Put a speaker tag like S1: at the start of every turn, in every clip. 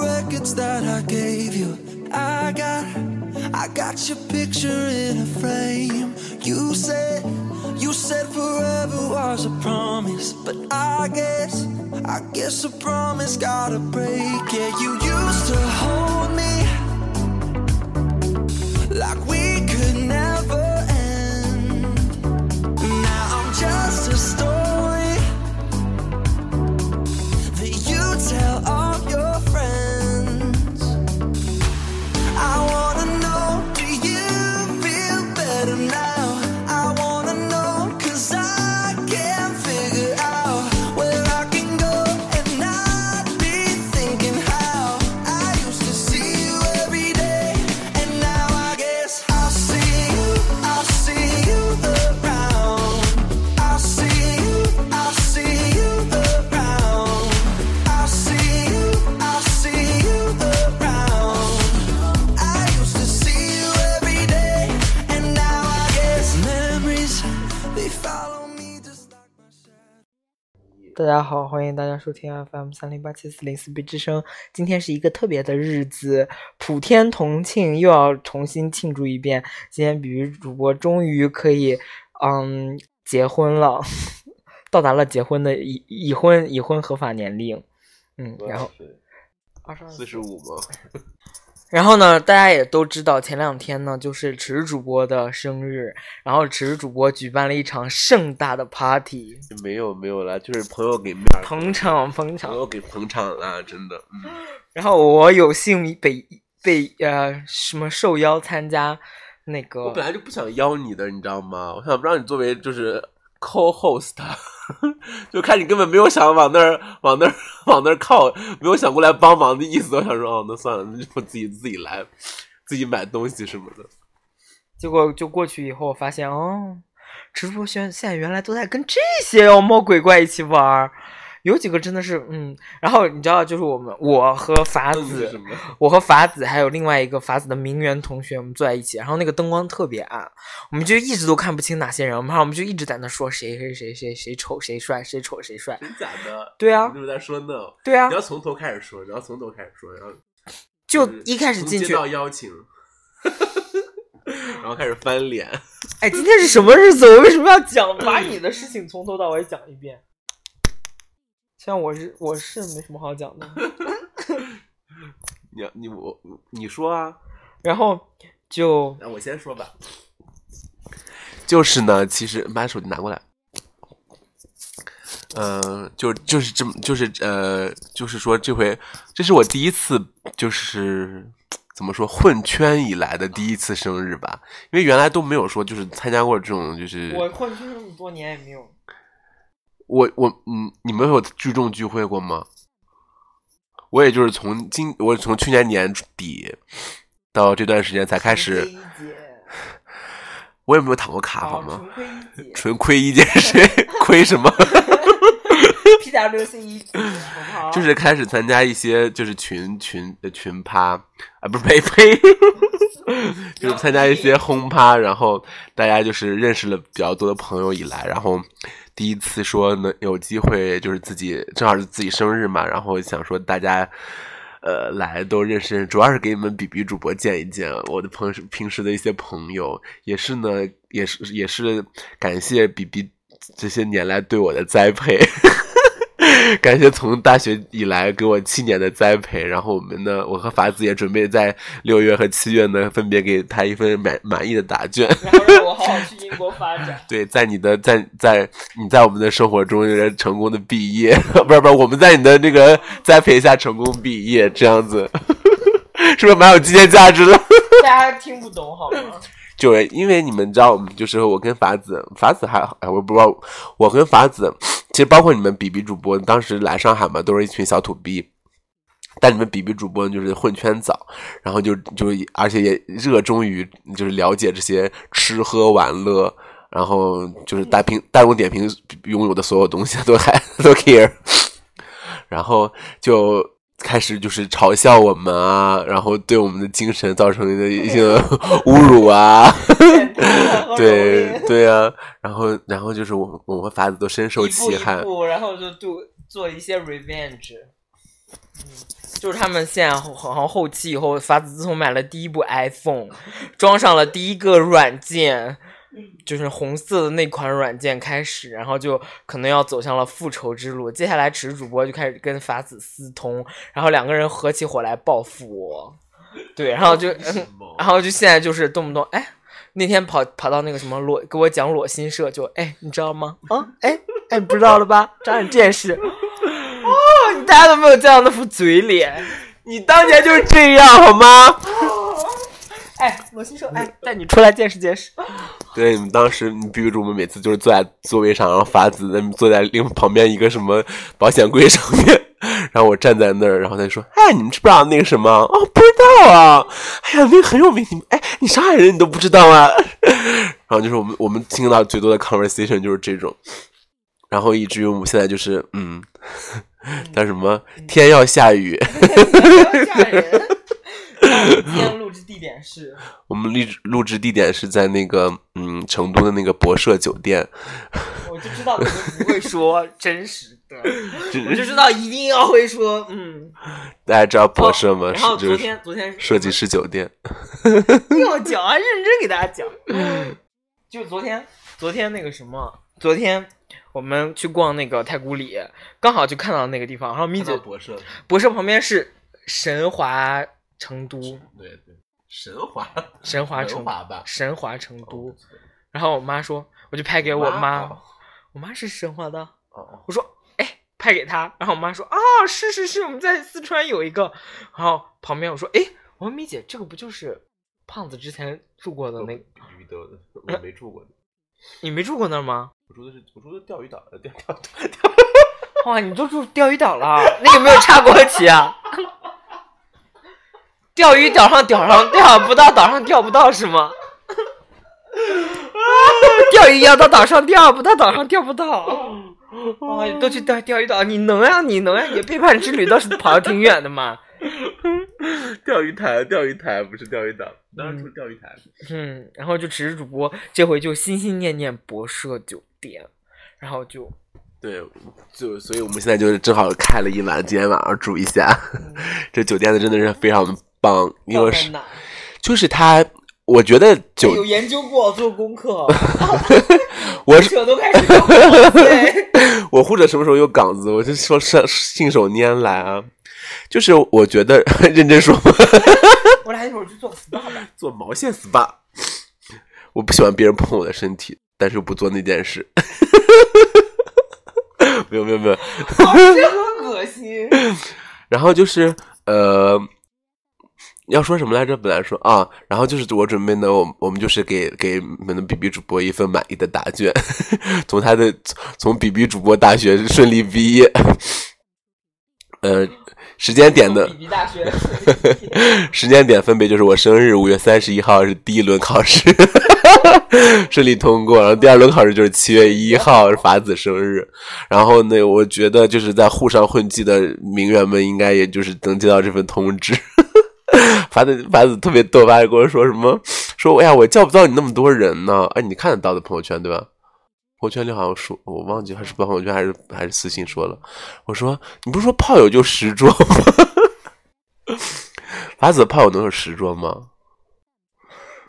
S1: that I gave you. I got, I got your picture in a frame. You said, you said forever was a promise, but I guess, I guess a promise gotta break. Yeah, you used to hold me like we could never end. Now I'm just a story that you tell all your friends. I wanna know, do you feel better now? I wanna know, cause I can't figure out where I can go and not be thinking how I used to see you every day, and now I guess I'll see you, I'll see you around. I'll see you, I'll see you around. I'll see you, I'll see you around. I used to see you every day, and now I guess memories they follow me just like my shadow.
S2: 大家好，欢迎大家收听 FM 三零八七四零四 B 之声。今天是一个特别的日子，普天同庆，又要重新庆祝一遍。今天比比主播终于可以，嗯，结婚了， 到达了结婚的已已婚已婚合法年龄。嗯，然后二十二
S3: 四十五吗？
S2: 然后呢，大家也都知道，前两天呢就是池主播的生日，然后池主播举办了一场盛大的 party，
S3: 没有没有啦，就是朋友给面儿，
S2: 捧场捧场
S3: 朋。友给捧场啦，真的。嗯，
S2: 然后我有幸被被呃什么受邀参加那
S3: 我本
S2: 个，
S3: 来就不想邀你的，你知道吗？我想让你作为就是 co-host，就看你根本没有想往那儿往那儿往那儿靠，没有想过来帮忙的意思。我想说，哦，那算了，那就我自己自己来，自己买东西什么的。
S2: 结果就过去以后，我发现哦，直播现现在原来都在跟这些妖魔鬼怪一起玩儿，有几个真的是嗯，然后你知道，就是我们我和法
S3: 那你是什
S2: 子，
S3: 么？
S2: 我和法子还有另外一个法子的名媛同学，我们坐在一起，然后那个灯光特别暗，我们就一直都看不清哪些人，然后我们就一直在那说谁谁谁谁谁丑谁帅谁丑谁帅，
S3: 真假的？
S2: 对啊
S3: 你是在说呢？
S2: 对啊
S3: 你，要从头开始说，你要从头开始说，然后
S2: 就是一开始
S3: 从
S2: 进
S3: 接
S2: 去
S3: 到邀请，然后开始翻脸。
S2: 哎，今天是什么日子？我为什么要讲？把你的事情从头到尾讲一遍。像我是我是没什么好讲的。
S3: 你要你我你说啊，
S2: 然后就
S3: 那我先说吧。就是呢，其实把手机拿过来。呃，就就是这么，就是呃，就是说这回，这是我第一次，就是怎么说混圈以来的第一次生日吧，因为原来都没有说就是参加过这种就是
S2: 我混圈这么多年也没有，
S3: 我我嗯，你们有聚众聚会过吗？我也就是从今，我从去年年底到这段时间才开
S2: 纯
S3: 始，
S2: 亏一姐，
S3: 我也没有躺过卡，好
S2: 好
S3: 吗？
S2: 纯亏一 姐
S3: 纯亏一件事，亏什么？
S2: ，PWC 一姐，好不好？
S3: 就是开始参加一些就是群群呃群趴啊，不是呸呸， 就是参加一些轰趴，然后大家就是认识了比较多的朋友以来，然后第一次说能有机会就是自己正好是自己生日嘛，然后想说大家。呃，来都认识认识，主要是给你们比比主播见一见我的朋友平时的一些朋友，也是呢，也是也是感谢比比这些年来对我的栽培， 感谢从大学以来给我七年的栽培。然后我们呢，我和法子也准备在六月和七月呢，分别给他一份满满意的答卷。。
S2: 然后让我好好去英国发展
S3: 对，在你的在在你在我们的生活中成功的毕业， 不是不是，我们在你的那个栽培下成功毕业，这样子 是不是蛮有纪念价值的？
S2: 大家听不懂好 吗？
S3: 就是因为你们知道，我们就是我跟法子，法子还哎，我不知道，我跟法子，其实包括你们比比主播，当时来上海嘛，都是一群小土逼。但你们比比主播就是混圈早，然后就就而且也热衷于就是了解这些吃喝玩乐，然后就是大平大众点评拥有的所有东西都还 都 care，然后就开始就是嘲笑我们啊，然后对我们的精神造成的一些 侮辱啊，对 对啊，然后然后就是我我和法子都深受
S2: 一步
S3: 其
S2: 一
S3: 害，
S2: 步，然后就做做一些 revenge。嗯就是他们现在好好像后期以后，法子自从买了第一部 iPhone，装上了第一个软件，
S3: 嗯
S2: 就是红色的那款软件开始，然后就可能要走向了复仇之路。接下来池主播就开始跟法子私通，然后两个人合起伙来报复我。对，然后就，嗯 然后就现在就是动不动哎。那天跑跑到那个什么裸，给我讲裸心社，就哎，你知道吗？啊，哎哎，你不知道了吧？ 长点见识。哦，你哦大家都没有见到那副嘴脸。
S3: 你当年就是这样好吗？
S2: 哎，裸心社，哎，哦带你出来见识见识。
S3: 对，你们当时你比如说我们每次就是坐在座位上，然后法子在坐在另旁边一个什么保险柜上面， 然后我站在那儿，然后他就说：“哎，你们知不知道那个什么？哦，不知道啊。哎呀，那个很有名，你们哎，你上海人你都不知道啊。 然后就是我们我们听到最多的 conversation 就是这种，然后以至于我们现在就是嗯，
S2: 嗯
S3: 叫什么天要下雨，
S2: 吓人。 今天录制地点是
S3: 我们录制录制地点是在那个嗯成都的那个博舍酒店，
S2: 我就知道你们不会说真实的，
S3: 这
S2: 我就知道一定要会说嗯。
S3: 大家知道博舍吗？
S2: 哦然后
S3: 呃是就
S2: 昨
S3: 是
S2: 天昨天是
S3: 设计师酒店，
S2: 要讲啊，认真给大家讲。就昨天，昨天那个什么，昨天我们去逛那个太古里，刚好就看到那个地方，然后米姐
S3: 博舍，
S2: 博士旁边是神华成都，
S3: 对对，神 华，
S2: 神华哦成
S3: 神华吧
S2: 神华成都。然后我妈说，我就拍给我妈，我妈是神华的，
S3: 哦
S2: 我说哎，拍给她，然后我妈说啊，是是是，我们在四川有一个，然后旁边我说哎，我说米姐，这个不就是胖子之前住过的那呃个？
S3: 哦鱼都我没住过的，
S2: 你没住过那儿吗？
S3: 我住的是我住的钓鱼岛，钓 钓岛，
S2: 哇，你都住钓鱼岛了，啊那个没有插国旗啊？钓鱼岛上钓上钓不到，岛上钓不到是吗？钓鱼要到岛上钓，不到岛上钓不到。哇、都去钓钓鱼岛，你能呀、你能呀、你背叛之旅倒是跑的挺远的嘛。
S3: 钓鱼台，钓鱼台不是钓鱼岛，当
S2: 然
S3: 然
S2: 住
S3: 住钓鱼台。
S2: 嗯，然后就只是主播这回就心心念念博舍酒店，然后就
S3: 对，就所以我们现在就是正好开了一晚，今天晚上住一下。
S2: 嗯
S3: 这酒店的真的是非常棒，因为是
S2: 哪？
S3: 就是它，我觉得酒
S2: 有研究过，做功课，
S3: 我是
S2: 扯都开始了。对
S3: 我或者什么时候有稿子，我就说上信手拈来啊。就是我觉得 认真说吧，
S2: 我俩一会儿去做 SPA 吧。
S3: 做毛线 SPA，我不喜欢别人碰我的身体，但是又不做那件事。 没有没有没有，
S2: 这很恶心。
S3: 然后就是呃，要说什么来着？本来说啊，然后就是我准备呢，我我们就是给给我们的 B B 主播一份满意的答卷， 从他的从 B B 主播大学顺利毕业。呃，时间点的
S2: 比比大学，
S3: 时间点分别就是我生日五月三十一号是第一轮考试， 顺利通过，然后第二轮考试就是七月一号是法子生日，然后呢，我觉得就是在沪上混迹的名媛们应该也就是能接到这份通知。 法子法子特别逗，法子跟我说什么？说哎呀，我叫不到你那么多人呢。哎，你看得到的朋友圈对吧？朋友圈里好像说，我忘记还是朋友圈还是还是私信说了。我说你不是说炮友就十桌吗？ 法子的炮友能有十桌吗？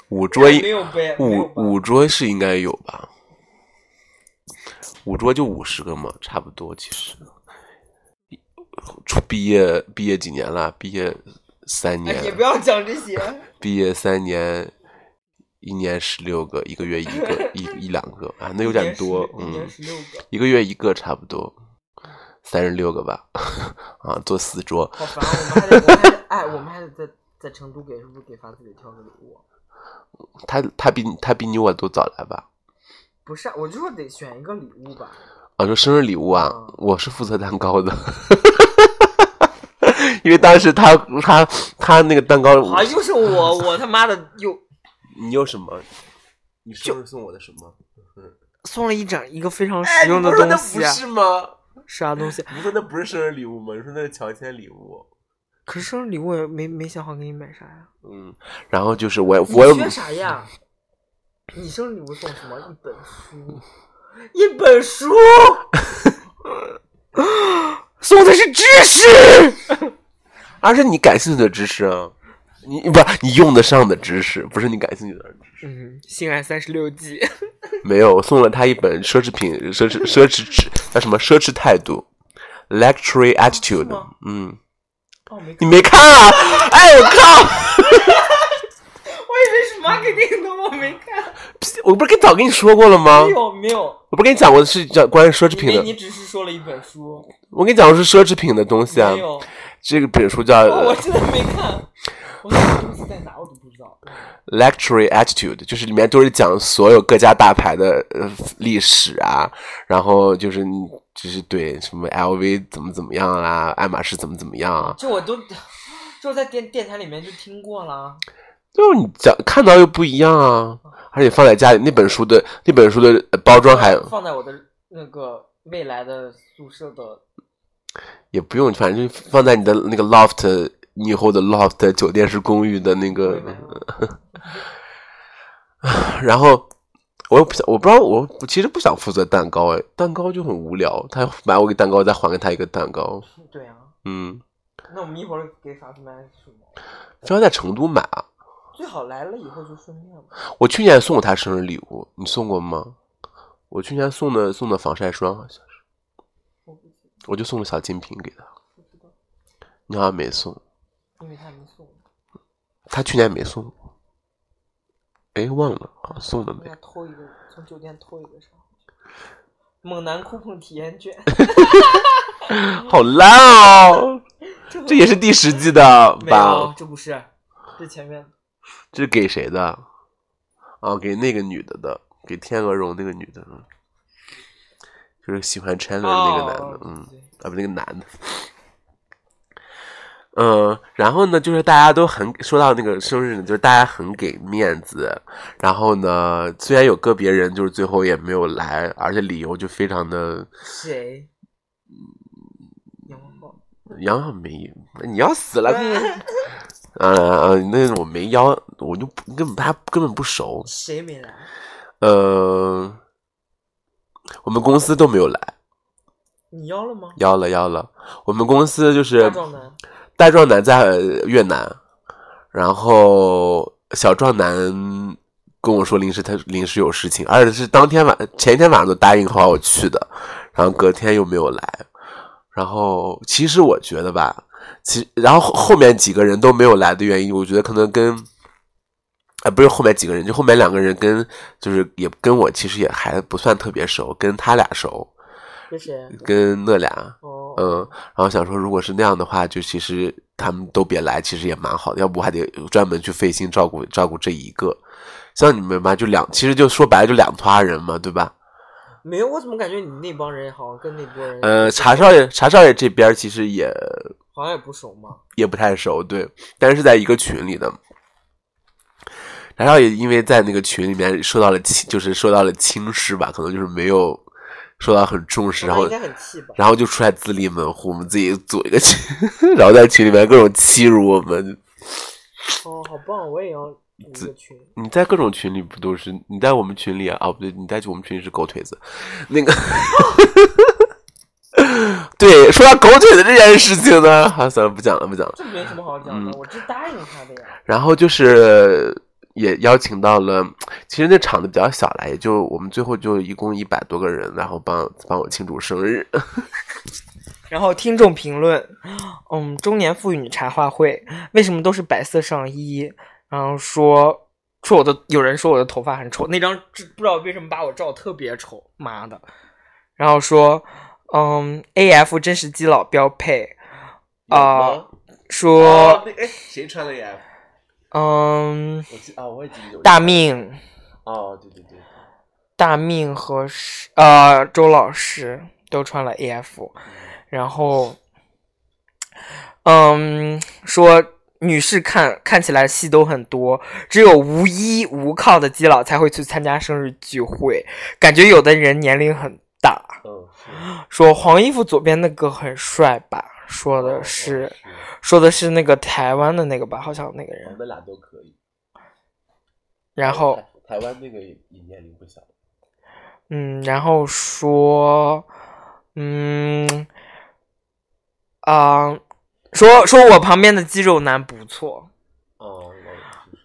S3: 五桌一
S2: 没有呗，没有
S3: 五
S2: 吧
S3: 五桌是应该有吧？五桌就五十个嘛，差不多其实。出毕业毕业几年了？毕业三
S2: 哎
S3: 年，
S2: 也不要讲这些。
S3: 毕业三年，一年十六个，一个月一 个，一一两个啊，那有点多，
S2: 一
S3: 嗯
S2: 年，十六个，
S3: 一个月一个差不多，三十六个吧， 啊，做四桌，
S2: 好烦，啊我们还得，我们还得，哎，我们还得在在成都给，是不是给法子给挑个礼物？
S3: 他他比他比你我都早来吧？
S2: 不是啊，我就说得选一个礼物吧。
S3: 啊，说生日礼物啊
S2: 嗯，
S3: 我是负责蛋糕的， 因为当时他他他那个蛋糕，
S2: 好，啊又是我，我他妈的又
S3: 啊你有什么？你生日送我的什么？
S2: 送了一整一个非常
S3: 哎，
S2: 实
S3: 你
S2: 用
S3: 不
S2: 的
S3: 说那
S2: 东
S3: 不
S2: 西啊，
S3: 是吗？
S2: 啥东西？
S3: 你说那不是生日礼物吗？你说那是乔迁礼物。
S2: 可是生日礼物也没没想好给你买啥呀？
S3: 嗯，然后就是我
S2: 你
S3: 我嗯有
S2: 缺啥呀？你生日礼物送什么？一本 书，一本书，送的是知识。
S3: 而是你感兴趣的知识啊，你不是你用得上的知识，不是你感兴趣的知识。
S2: 嗯，性爱三十六计，
S3: 没有，我送了他一本奢侈品、奢侈奢侈指叫什么奢侈态度 （luxury attitude）。嗯，
S2: 哦，没看，
S3: 你没看啊？哎，我靠！
S2: 我以为是 marketing 的，我没看。
S3: 我不是跟早跟你说过了吗
S2: 没？有没有，
S3: 我不是跟你讲过是讲关于奢侈
S2: 因
S3: 品
S2: 为你
S3: 的，
S2: 只是说了一本书，
S3: 我跟你讲过是奢侈品的东西啊
S2: 没。有，
S3: 这个本书叫
S2: 哦我
S3: 呃
S2: 真的没看。 我那个东西在哪我都不知道。
S3: Luxury Attitude，就是里面都是讲所有各家大牌的呃历史啊，然后就是你就是对什么 LV 怎么怎么样啦、爱马仕怎么怎么样啊，
S2: 就我都， 就在电电台里面就听过了。
S3: 就是你讲看到又不一样啊，而且放在家里那本书的那本书的呃包装还
S2: 放在我的那个未来的宿舍的，
S3: 也不用，反正就放在你的那个 loft，你以后的 loft 酒店式公寓的那个
S2: 未来的
S3: 然后我又不想，我不知道，我我其实不想负责蛋糕，哎，蛋糕就很无聊。他买我个蛋糕，再还给他一个蛋糕。
S2: 对啊。
S3: 嗯，
S2: 那我们一会儿给法子买什么？
S3: 非要在成都买啊！
S2: 最好来了以后就顺便吧。
S3: 我去年送过他生日礼物，你送过吗？我去年送的送的防晒霜，好像是，
S2: 我不知
S3: 我就送了小金瓶给他。
S2: 不知道，
S3: 你好像没送，
S2: 因为他没送，
S3: 他去年没送。哎，忘了，好像送了
S2: 我
S3: 没？
S2: 要偷一个，从酒店偷一个上去。猛男酷碰体验券，
S3: 好烂哦！这也是第十季的
S2: 没有
S3: 吧？，
S2: 这不是，这前面
S3: 这是给谁的？啊，给那个女的的，给天鹅绒那个女的，嗯就是喜欢 Chandler 那个男的，
S2: 哦
S3: 嗯，
S2: 对
S3: 啊不，那个男的，嗯，然后呢，就是大家都很说到那个生日呢，就是大家很给面子，然后呢，虽然有个别人就是最后也没有来，而且理由就非常的
S2: 谁？杨浩，
S3: 杨晓没，你要死了， 嗯嗯，那我没邀，我就不根本他根本不熟，
S2: 谁没来？
S3: 呃，我们公司都没有来，
S2: 你要了吗？
S3: 邀了邀了。我们公司就是
S2: 大壮男，
S3: 大壮男在呃越南，然后小壮男跟我说临时他临时有事情，而且是当天晚前一天晚上都答应好我去的，然后隔天又没有来。然后其实我觉得吧，其然后后后面几个人都没有来的原因，我觉得可能跟。啊，不是后面几个人，就后面两个人跟就是也跟我其实也还不算特别熟，跟他俩熟，
S2: 这谁？
S3: 跟那俩，
S2: 哦，
S3: 嗯，然后想说，如果是那样的话，就其实他们都别来，其实也蛮好的，要不我还得专门去费心照顾照顾这一个。像你们嘛，就两，其实就说白了就两撮人嘛，对吧？
S2: 没有，我怎么感觉你那帮人好像跟那波人，
S3: 呃，茶少爷，茶少爷这边其实也
S2: 好像也不熟嘛。
S3: 也不太熟，对，但是在一个群里的。茶少爷因为在那个群里面受到了轻，就是受到了轻视吧，可能就是没有受到很重视，
S2: 那
S3: 然
S2: 他
S3: 后
S2: 应该很气吧？
S3: 然后就出来自立门户，我们自己组一个群， 然后在群里面各种欺辱我们。
S2: 哦，好棒，我也要一个群。
S3: 你在各种群里不都是？你在我们群里啊？啊，不对，你在我们群里是狗腿子。那
S2: 哦
S3: 个， 对，说到狗腿子这件事情呢，好、算了，不讲了，不讲了。
S2: 这没什么好
S3: 嗯
S2: 讲的，我这答应他的呀。
S3: 然后就是也邀请到了，其实那场子比较小了，也就我们最后就一共一百多个人，然后帮帮我庆祝生日。
S2: 然后听众评论，嗯，中年妇女茶话会为什么都是白色上衣？然后说说我的，有人说我的头发很丑，那张不知道为什么把我照特别丑，妈的。然后说，嗯，A F 真是基佬标配啊、
S3: 有吗
S2: 说，
S3: 那哎，谁穿的呀？
S2: 嗯，
S3: 我记啊，我也记得有
S2: 大命
S3: 哦，对对对。
S2: 大命和是呃周老师都穿了 AF，然后，嗯，说女士看看起来戏都很多，只有无依无靠的基佬才会去参加生日聚会，感觉有的人年龄很大。
S3: 嗯，
S2: 说黄衣服左边那个很帅吧，说
S3: 嗯
S2: 的是
S3: 哦
S2: 说的是那个台湾的那个吧，好像那个
S3: 我
S2: 人，
S3: 们俩都可以。
S2: 然后。
S3: 台湾那个也年龄不小，
S2: 嗯，然后说，嗯，啊、说说我旁边的肌肉男不错，
S3: 哦，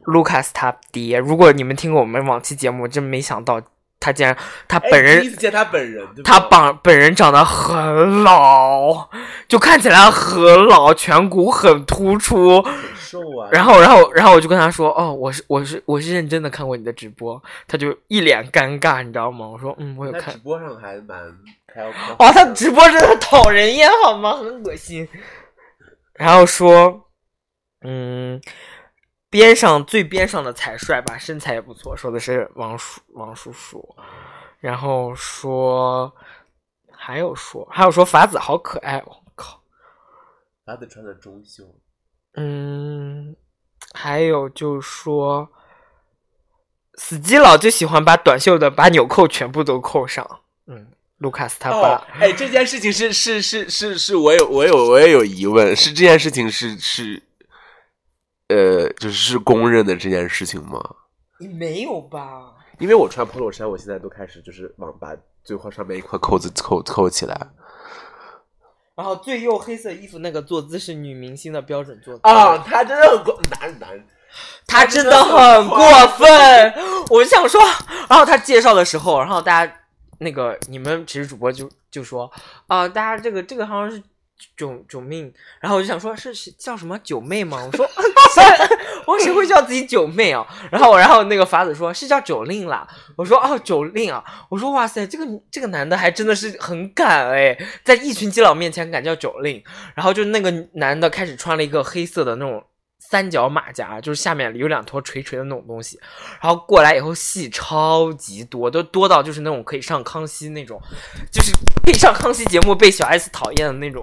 S2: 卢卡斯他爹。如果你们听过我们往期节目，真没想到他竟然他
S3: 哎
S2: 本人
S3: 第一次见他本人，对吧
S2: 他本本人长得很老，就看起来很老，颧骨很突出。
S3: 瘦啊，
S2: 然后，然后，然后我就跟他说：“哦，我是我是我是认真的看过你的直播。”他就一脸尴尬，你知道吗？我说：“嗯，我有
S3: 他
S2: 看
S3: 直。播上还蛮还要”
S2: 哦，他直播真的讨人厌，好吗？很恶心。然后说：“嗯，边上最边上的才帅吧，身材也不错。”说的是王叔王叔叔。然后说，还有说，还有说法子好可爱，我靠，
S3: 他得穿的中袖，
S2: 嗯，还有就说，死基佬就喜欢把短袖的把纽扣全部都扣上，嗯，卢卡斯他爸，
S3: 哦，哎，这件事情是是是是是我有我有我也有疑问，是这件事情是是，呃，就是是公认的这件事情吗？
S2: 没有吧？
S3: 因为我穿 polo 衫，我现在都开始就是往把最后上面一块扣子扣扣起来
S2: 然后最右黑色衣服那个坐姿是女明星的标准坐姿
S3: 啊，他真的很过男男，
S2: 他真的很过分，我就想说，然后他介绍的时候，然后大家那个你们其实主播就就说啊、大家这个这个好像是九九命，然后我就想说是是叫什么九妹吗？我说 谁我谁会叫自己九妹啊？然后然后那个法子说是叫九令啦，我说哦九令啊，我说哇塞，这个这个男的还真的是很敢哎，在一群基佬面前敢叫九令，然后就那个男的开始穿了一个黑色的那种三角马甲，就是下面有两坨垂垂的那种东西，然后过来以后戏超级多，都多到就是那种可以上康熙那种，就是可以上康熙节目被小 S 讨厌的那种，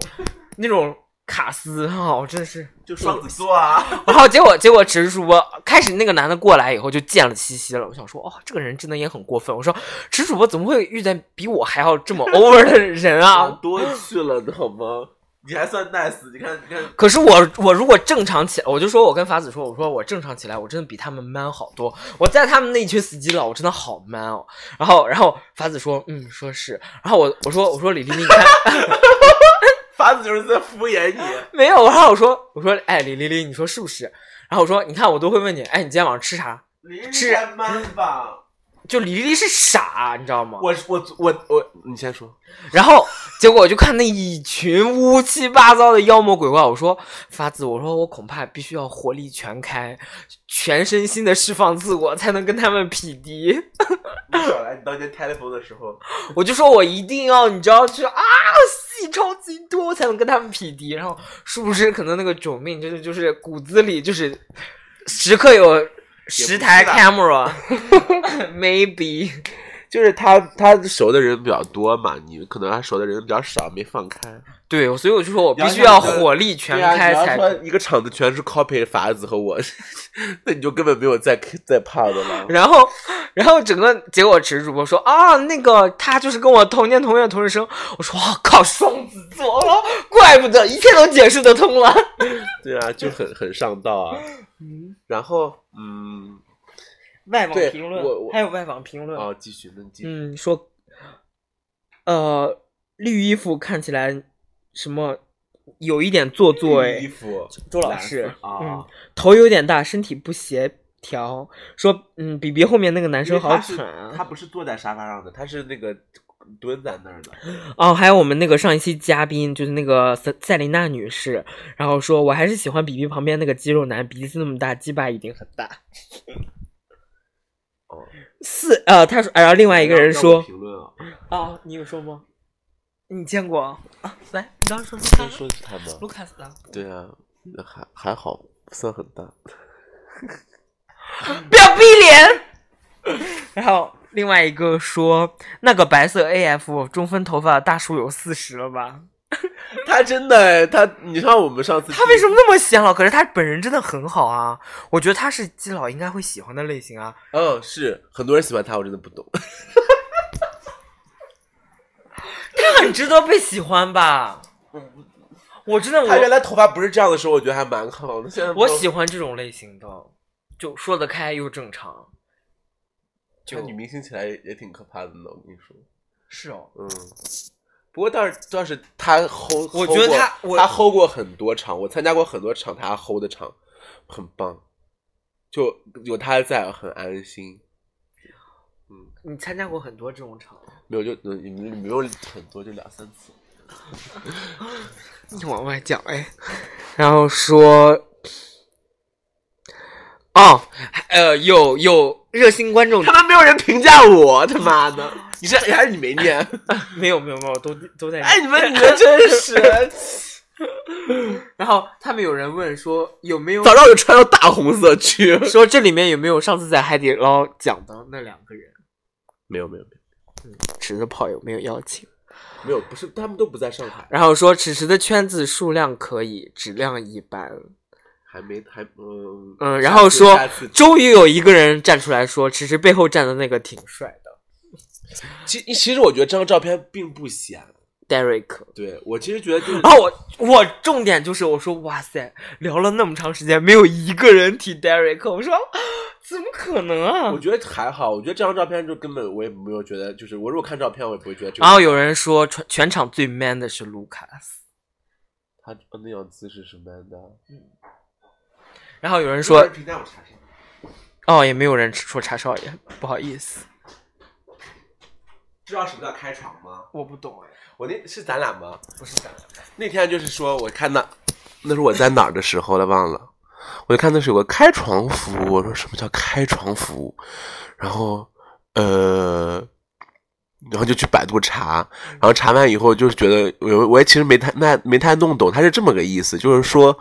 S2: 那种卡斯啊，我真的是。
S3: 就双子座啊，
S2: 然后结果结果池主播开始那个男的过来以后就见了西西了，我想说哦，这个人真的也很过分。我说池主播怎么会遇见比我还要这么 over 的人啊？
S3: 多去了，好吗？ 你还算 nice，你看你看，
S2: 可是我我如果正常起来，我就说我跟法子说，我说我正常起来，我真的比他们 man 好多。我在他们那一群死基佬，我真的好 man 哦。 然后然后法子说，嗯，说是。然后我我说我说李丽，你看
S3: 法子就是在敷衍你，
S2: 没有？然后我说我说哎李丽丽，你说是不是？然后我说你看我都会问你，哎你今天晚上吃啥？
S3: 你
S2: 是
S3: 太 man 吧？
S2: 就李丽丽是傻，你知道吗？
S3: 我我我我，你先说。
S2: 然后结果我就看那一群乌七八糟的妖魔鬼怪，我说法子，我说我恐怕必须要火力全开，全身心的释放自我，才能跟他们匹敌。
S3: 你少来！你当年 telephone 的时候，
S2: 我就说我一定要，你知道，就是啊，戏超级多，我才能跟他们匹敌。然后是不是可能那个九命真的就是骨子里就是时刻有十台
S3: 也不
S2: camera，maybe
S3: 就是他他熟的人比较多嘛，你可能他熟的人比较少，没放开。
S2: 对，所以我就说我必须
S3: 你
S2: 要
S3: 要想你的
S2: 火力全
S3: 对啊
S2: 开
S3: 你要
S2: 才
S3: 说一个场子全是 copy 法子和我， 那你就根本没有在在怕的了。
S2: 然后，然后整个结果，池主播说啊，那个他就是跟我同年同月同日生。我说我、靠，双子座，我说怪不得，一切都解释得通了。
S3: 对啊，就很很上道啊。然后嗯，
S2: 外网
S3: 对
S2: 评论
S3: 我我
S2: 还有外网评论，
S3: 哦，继续，那你继续。
S2: 嗯，说呃，绿衣服看起来什么有一点做作
S3: 衣
S2: 哎，
S3: 服，
S2: 周老
S3: 蓝色
S2: 师嗯
S3: 啊，，
S2: 头有点大，身体不协调。说嗯，比比后面那个男
S3: 因
S2: 生
S3: 为
S2: 好
S3: 他是
S2: 惨啊。
S3: 他不是坐在沙发上的，他是那个蹲在那儿的。
S2: 哦，还有我们那个上一期嘉宾就是那个塞塞琳娜女士，然后说我还是喜欢比比旁边那个肌肉男，鼻子那么大，鸡巴一定很大。
S3: 哦，哎
S2: 四呃，他说，然后另外一个人
S3: 让我
S2: 说
S3: 评论啊，
S2: 啊、你有说吗？你见过啊？来，你刚刚说说
S3: 先说 他吗？
S2: 卢卡斯啊？
S3: 对啊，那还还好，不算很大。
S2: 不要逼脸。然后另外一个说，那个白色 AF 中分头发的大叔有四十了吧？
S3: 他真的哎，他你像我们上次
S2: 他为什么那么显老？可是他本人真的很好啊，我觉得他是基佬应该会喜欢的类型啊。
S3: 嗯是很多人喜欢他，我真的不懂。
S2: 他很值得被喜欢吧？我真的
S3: 他原
S2: 我
S3: 来头发不是这样的时候，我觉得还蛮好的。现在
S2: 我喜欢这种类型的，就说得开又正常。
S3: 就女明星起来也也挺可怕的呢，我跟你说，
S2: 是哦，
S3: 嗯，不过倒是倒是他吼，
S2: 我
S3: 吼
S2: 觉得
S3: 过
S2: 他我
S3: 他吼过很多场，我参加过很多场他吼的场，很棒，就有他在很安心。
S2: 你参加过很多这种场，
S3: 没有就嗯你们没有很多就两三次，
S4: 你往外讲 哎，然后说，哦，
S2: 呃，有有热心观众
S3: 他妈没有人评价我，他妈的！ 你这还是你没念？
S2: 没有没有没有，都都在。
S3: 哎，你 们你们真是，
S2: 然后他们有人问说有没有
S3: 早知道我就穿到大红色去。
S2: 说这里面有没有上次在海底捞讲的那两个人，
S3: 没有没有没有
S2: 池子炮有没有邀请？
S3: 没有，不是他们都不在上海，
S2: 然后说此时的圈子数量可以，质量一般。
S3: 还没还嗯
S2: 嗯，然后说
S3: 下次下次
S2: 终于有一个人站出来说，其实背后站的那个挺帅的
S3: 其其实我觉得这张照片并不显。
S2: ，Derek。
S3: 对我其实觉得就是
S2: 然后我我重点就是我说哇塞，聊了那么长时间，没有一个人提 Derek，我说怎么可能啊
S3: 我？觉得还好，我觉得这张照片就根本我也没有觉得，就是我如果看照片，我也不会觉得这个。
S2: 然哦后有人说全全场最 man 的是卢卡斯，
S3: 他哦那样姿势是 man 的。
S2: 然后有人说
S3: 评价我啥事？
S2: 哦，也没有人说查少爷，不好意思，
S3: 知道什么叫开场吗？
S2: 我不懂哎，
S3: 我那是咱俩吗？
S2: 不是咱俩，
S3: 那天就是说，我看到那是我在哪儿的时候了，忘了。我就看那是有个开床服务，我说什么叫开床服务？然后呃，然后就去百度查，然后查完以后就是觉得我我也其实没太那没太弄懂，它是这么个意思，就是说。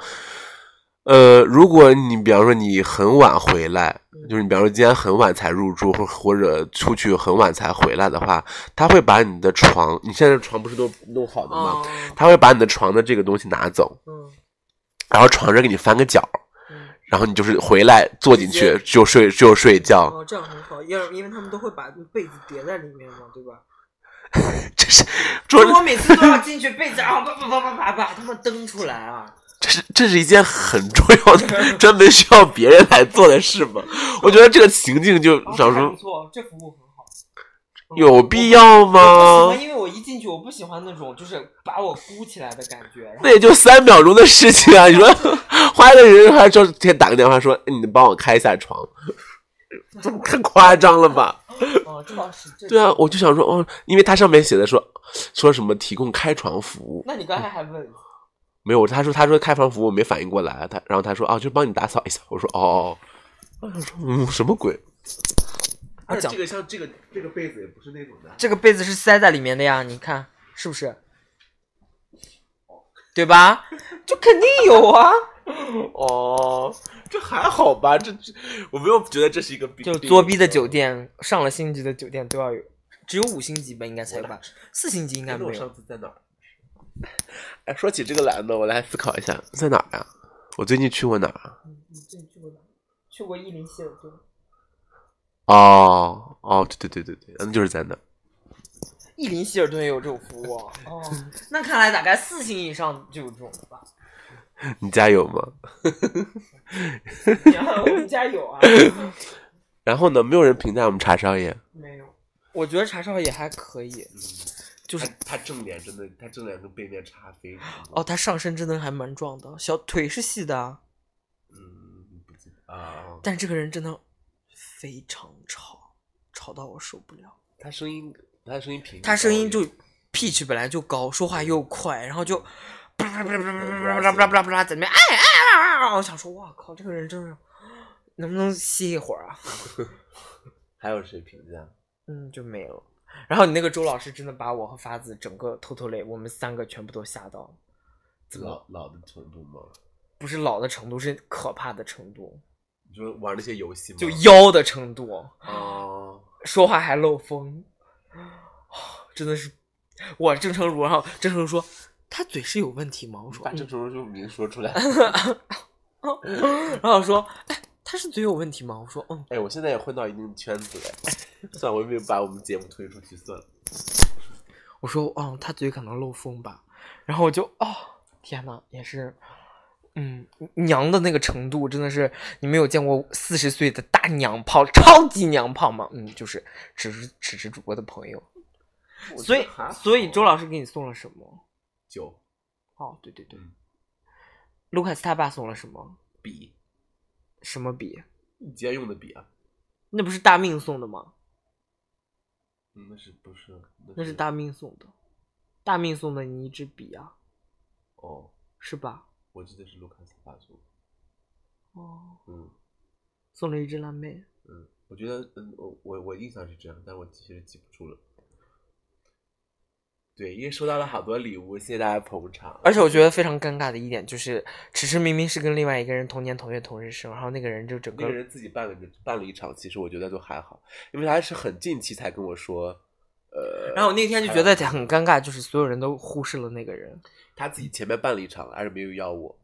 S3: 呃，如果你比方说你很晚回来，就是你比方说今天很晚才入住，或或者出去很晚才回来的话，他会把你的床，你现在床不是都弄好的吗？他会把你的床的这个东西拿走，
S2: 嗯
S3: 然后床上给你翻个角，
S2: 嗯，
S3: 然后你就是回来坐进
S2: 直
S3: 去就睡就睡觉，
S2: 哦，这样很好，因为因为他们都会把被子叠在里面嘛，对吧？嗯
S3: 这是
S2: 所
S3: 这
S2: 以我每次都要进去被子，然后叭叭叭叭叭把他们蹬出来啊。
S3: 这是这是一件很重要的， 专门需要别人来做的事吗？
S2: 嗯
S3: 我觉得这个情境就
S2: 哦
S3: 想
S2: 这还不
S3: 说
S2: 错，这服务很好。嗯
S3: 有必。要
S2: 我不
S3: 吗
S2: 喜？欢，因为我一进去，我不喜欢那种就是把我箍起来的感觉。然后
S3: 那也就三秒钟的事 情啊！你说花的人还说天打个电话说，哎你帮我开一下床，这太夸张了吧？
S2: 哦，这倒是。这
S3: 对啊，我就想说哦，因为它上面写的说说什么提供开床服务，嗯
S2: 那你刚才还问，
S3: 没有，他说他说开房服务我没反应过来，他然后他说啊，就帮你打扫一下。我说哦哦，哦，我说嗯什么鬼？
S2: 我讲
S3: 个像这个这个被子也不是那种的，
S2: 这个被子是塞在里面的呀，你看是不是？对吧？ 就肯定有啊，
S3: 哦，这还好吧？这这我没有觉得这是一个 病
S2: 就是作逼的酒，店，上了星级的酒店都要有，只有五星级吧，应该才有吧，四星级应
S3: 病
S2: 该
S3: 那
S2: 没
S3: 我
S2: 有
S3: 上。次在哪儿？哎，说起这个来呢，我来思考一下，在哪儿呀、我最近去过哪儿啊？
S2: 你最去过哪？去过伊林希尔顿。
S3: 哦哦，对对对对对，嗯，就是在那儿。
S2: 伊林希尔顿也有这种服务啊？哦， 那看来大概四星以上就有这种吧。
S3: 你家有吗？
S2: 然后我们家有啊，
S3: 然后呢，没有人评价我们茶少爷。
S2: 没有。我觉得茶少爷还可以，就是
S3: 他正脸真的，他正脸跟背面差非常
S2: 哦，，他上身真的还蛮壮的，小腿是细的啊，
S3: 嗯，不记得啊，
S2: 但这个人真的非常吵，吵到我受不了。
S3: 他声音，他声音平，
S2: 他声音就 pitch 本来就高，说话又快，然后就啪啪啪啪啪啪啪啪啪啪在那边哎哎哎，我想说，哇靠，这个人真是能不能歇一会儿啊？
S3: 还有谁评价？
S2: 嗯，就没了。然后你那个周老师真的把我和法子整个偷偷累，我们三个全部都吓到了。怎么
S5: 嗯
S3: 老老的程度吗？
S2: 不是老的程度，是可怕的程度，
S3: 你说玩那些游戏吗？啊
S2: 就妖的程度，
S5: 嗯
S3: 哦，
S2: 说话还漏风， 啊真的是。我郑成儒，然后郑成儒说他嘴是有问题吗？我说
S3: 把这时候就明 说出来。
S2: 然后说，哎，他是嘴有问题吗？我说，嗯，
S3: 哎，我现在也混到一定圈子了，算了，我也没有把我们节目推出去算了。
S2: 我说，嗯，他嘴可能漏风吧。然后我就，哦，天呐，也是，嗯，娘的那个程度真的是，你没有见过四十岁的大娘炮，超级娘炮吗？嗯，就是只是只是主播的朋友，
S3: 我
S5: 所
S3: 觉
S5: 以
S3: 得还好
S5: 所以周老师给你送了什么？
S3: 酒
S5: 哦，对对对
S3: 嗯，
S5: 卢卡斯他爸送了什么？
S3: 笔，
S5: 什么笔？
S3: 你今天用的笔啊？
S5: 那不是大命送的吗？
S3: 嗯那是不是？
S5: 那是大命送的，大命送的你一支笔啊，
S3: 哦，
S5: 是吧？
S3: 我记得是卢卡斯发送。
S5: 哦，
S3: 嗯
S5: 送了一支辣妹。
S3: 嗯，我觉得嗯，我我我印象是这样，但我其实记不住了。对，因为收到了好多礼物，谢谢大家捧场。
S2: 而且我觉得非常尴尬的一点就是，迟迟明明是跟另外一个人同年同月同日生，然后那个人就整
S3: 那
S2: 个
S3: 个人自己办了个办了一场，其实我觉得都还好，因为他是很近期才跟我说，呃，
S2: 然后我那天就觉得很尴尬，就是所有人都忽视了那个人。
S3: 他自己前面办了一场，而且没有邀我。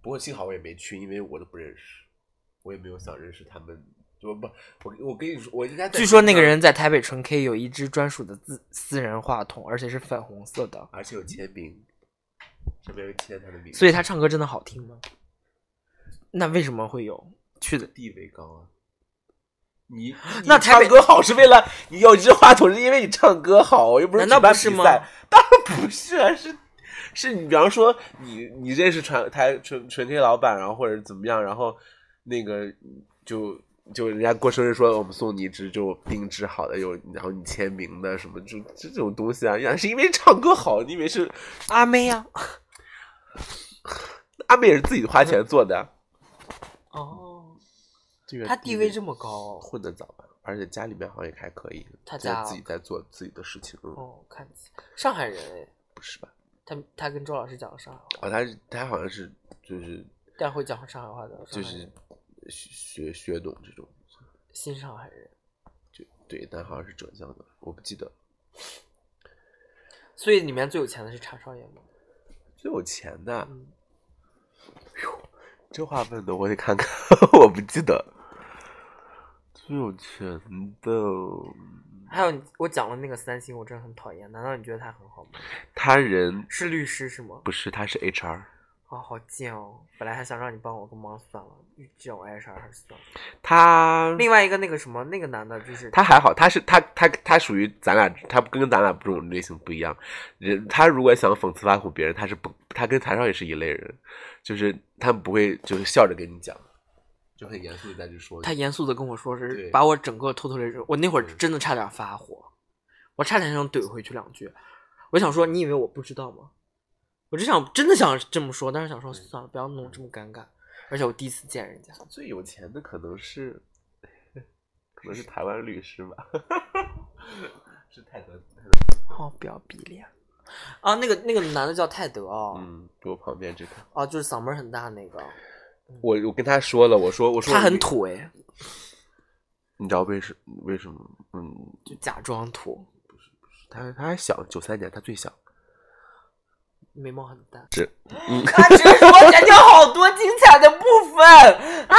S3: 不过幸好我也没去，因为我都不认识，我也没有想认识他们。就不，我我跟你说，我应该在
S2: 据说那个
S3: 群
S2: 人在台北纯 K 有一支专属的自私人话筒，而且是粉红色的
S3: 上，，而且有签名，上面有签他的名字，
S2: 所以他唱歌真的好听吗？那为什么会有去的？
S3: 地位高啊。 你
S2: 那
S3: 你
S2: 台北
S3: 唱歌好是为了你有一支话筒，是因为你唱歌好，又不是
S2: 难道
S3: 举办
S2: 不是
S3: 比
S2: 吗
S3: 赛 当然不是啊，是是你比方说你你认识传台纯纯 K 老板，然后或者怎么样，然后那个就就人家过生日说我们送你一支就定制好的，有然后你签名的什么，就这种东西啊，呀是因为唱歌好，你以为是
S2: 阿妹啊呀、
S3: 阿妹也是自己花钱做的啊，
S2: 哦，
S3: 这个
S2: 他地位这么高，哦
S3: 混得早吧，而且家里面好像也还可以，
S2: 他
S3: 在
S2: 家
S3: 自己在做自己的事情，嗯，
S2: 哦，看起上海人哎，
S3: 不是吧？
S2: 他他跟周老师讲上海话，
S3: 哦，他是他好像是就是
S2: 但会讲上海话的，
S3: 就
S2: 上海
S3: 是
S2: 人
S3: 学学懂这种，
S2: 新上海人。
S3: 就对，但好像是浙江的，我不记得。
S2: 所以里面最有钱的是查少爷吗？
S3: 最有钱的，
S2: 嗯，
S3: 这话问的我得看看， 我不记得。最有钱的，
S2: 还有你我讲了那个三星，我真的很讨厌。难道你觉得他很好吗？
S3: 他人
S2: 是律师是吗？
S3: 不是，他是 HR，
S2: 啊、好贱哦！本来还想让你帮我个忙，算了，这种碍事儿还是算了。
S3: 他
S2: 另外一个那个什么，那个男的就是
S3: 他还好，他是他他他属于咱俩，他跟咱俩这种类型不一样。人他如果想讽刺挖苦别人，他是不，他跟台上也是一类人，就是他们不会就是笑着跟你讲，就很严肃的在这说你。
S2: 他严肃的跟我说是
S3: 对嗯
S2: 把我整个偷偷的，我那会儿真的差点发火，我差点想怼回去两句。我想说，你以为我不知道吗？我只想真的想这么说，但是想
S3: 嗯
S2: 说算了，不要弄这么尴尬。而且我第一次见人家，
S3: 最有钱的可能是，可能是台湾律师 吧，是泰德，泰德
S2: 哦，不要逼脸啊！那个那个男的叫泰德哦，
S3: 嗯，给我旁边这个，
S2: 啊，就是嗓门很大那个，
S3: 我我跟嗯他说了，我说我说
S2: 他
S3: 我
S2: 很
S3: 跟，
S2: 土哎，
S3: 你知道为什为什么？嗯，
S2: 就假装土，
S3: 他他还小，九三年他最小，
S2: 眉毛很淡。
S3: 是，嗯，
S5: 他啊只是我剪掉好多精彩的部分啊！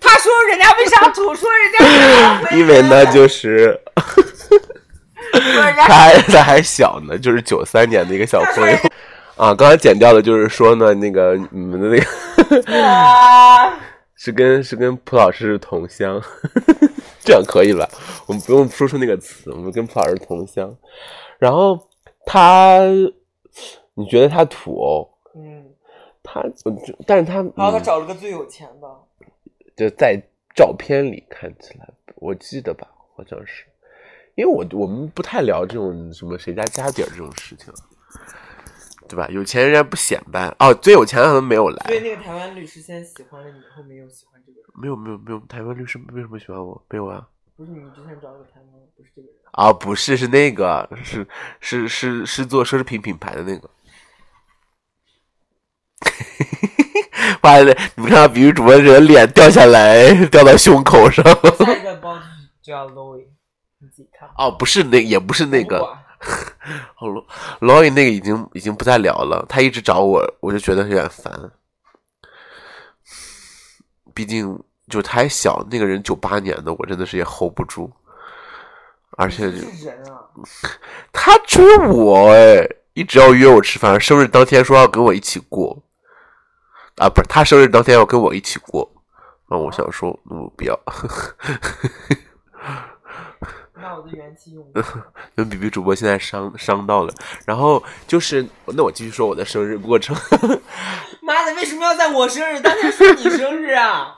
S5: 他说人家为啥土，说人家
S3: 因为呢就是。
S5: 说人
S3: 他
S5: 家
S3: 还他还小呢，就是九三年的一个小朋友。啊，刚才剪掉的就是说呢，那个你们的那个
S5: 啊，
S3: 是跟是跟蒲老师是同乡， 这样可以了，我们不用说出那个词，我们跟蒲老师同乡。然后他，你觉得他土哦？
S2: 嗯，
S3: 他，我但是他，
S2: 然后他
S3: 嗯
S2: 找了个最有钱的，
S3: 就在照片里看起来，我记得吧，好像是，因为我我们不太聊这种什么谁家家底儿这种事情，对吧？有钱人家不显摆哦，最有钱的可能没有来
S2: 所以，那个台湾律师先喜欢了你，后面又喜欢这个人。
S3: 没有没有没有，台湾律师为什么喜欢我？没有啊。
S2: 不是你之前找的台湾，不是这个人。
S3: 啊、不是，是那个，是是是是做奢侈品品牌的那个。 哇，你们看到比喻主播人脸掉下来，掉到胸口上。
S2: 下一个包就是就要 Louis，你自己看。
S3: 哦，不是那，也不是那个
S2: 不。管
S3: 好罗罗伊那个已经已经不再聊了，他一直找我，我就觉得有点烦。毕竟就是他还小，那个人九八年的，我真的是也 hold 不住。而且 就是
S2: 人啊，
S3: 他追我哎，一直要约我吃饭，生日当天说要跟我一起过，啊，不是他生日当天要跟我一起过，啊然后我想说我不要，
S2: 那我的缘起激用。
S3: 因为比比主播现在伤伤到了，然后就是那我继续说我的生日过程，
S2: 妈的，为什么要在我生日当天说你生日啊？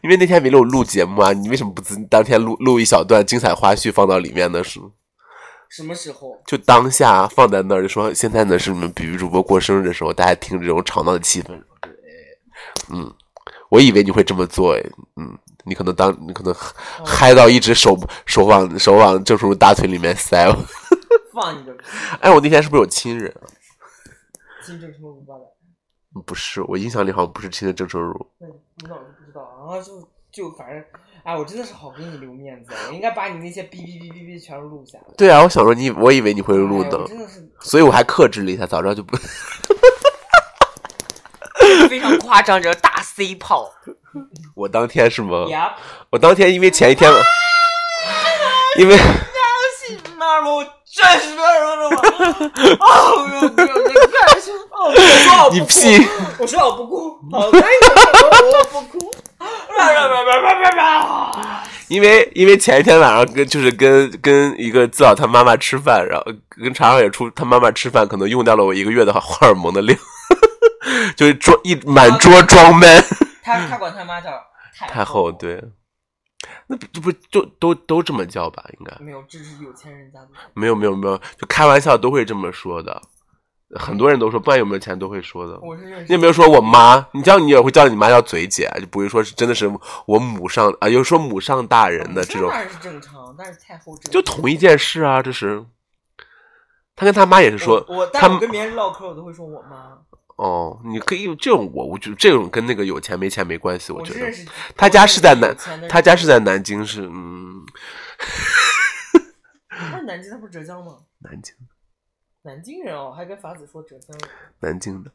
S3: 因为那天没有录节目啊，你为什么不自当天录录一小段精彩花絮放到里面呢？是吗
S2: 什么时候？
S3: 就当下放在那儿，就说现在呢是你们比比主播过生日的时候，大家听这种吵闹的气氛。嗯，我以为你会这么做，哎，嗯，你可能当你可能嗨到一直手手往手往郑叔叔大腿里面塞。
S2: 放你个屁！
S3: 哎，我那天是不是有亲人啊？
S2: 金正叔不八百，
S3: 不是，我印象里好像不是亲的郑叔叔。
S2: 那你不知道我就不知道。然后就就反正，哎，我真的是好给你留面子，啊我应该把你那些哔哔哔哔哔全部录下来。
S3: 对啊，我想说你，我以为你会录
S2: 哎
S3: 呢
S2: 呀，我真的是
S3: 所以我还克制了一下，早知道就不。
S6: 非常夸张， 这大 C 炮，
S3: 我当天是吗？
S2: 呀，
S3: 我当天因为前一天，因为。
S2: 是妈我真是妈我哦，我我干什么？哦，我说我不哭
S3: 你屁！
S2: 我说我不哭，好尴尬，我我不哭。啪啪啪啪啪啪啪！
S3: 因为因为前一天晚上跟就是跟跟一个自导他妈妈吃饭，然后跟茶花也出他妈妈吃饭，可能用掉了我一个月的荷尔蒙的量， 就是装一满桌装闷。
S2: 他他管他妈叫太
S3: 太后对，那不不就都都这么叫吧？应该
S2: 没有，这是有钱人家的。
S3: 没有没有没有，就开玩笑都会这么说的，很多人都说，不管有没有钱都会说的。
S2: 我是认识
S3: 你有没有说我妈？你叫你也会叫你妈叫嘴姐，就不会说是真的是我母上啊，有说母上大人的这种
S2: 当然哦是正常，但是太后这个
S3: 就同一件事啊，这是。他跟他妈也是说，
S2: 我我
S3: 他
S2: 但我
S3: 们
S2: 跟别人唠嗑，我都会说我妈。
S3: 哦，你可以这种我，我觉得这种跟那个有钱没钱没关系，我
S2: 我
S3: 觉
S2: 是
S3: 得
S2: 认。识
S3: 他家是在
S2: 我
S3: 南
S2: 认识有钱的，人
S3: 他家是在南京市，嗯，
S2: 他是南京，他不是浙江吗？
S3: 南京，
S2: 南京人哦，还跟法子说浙江人，
S3: 南京的。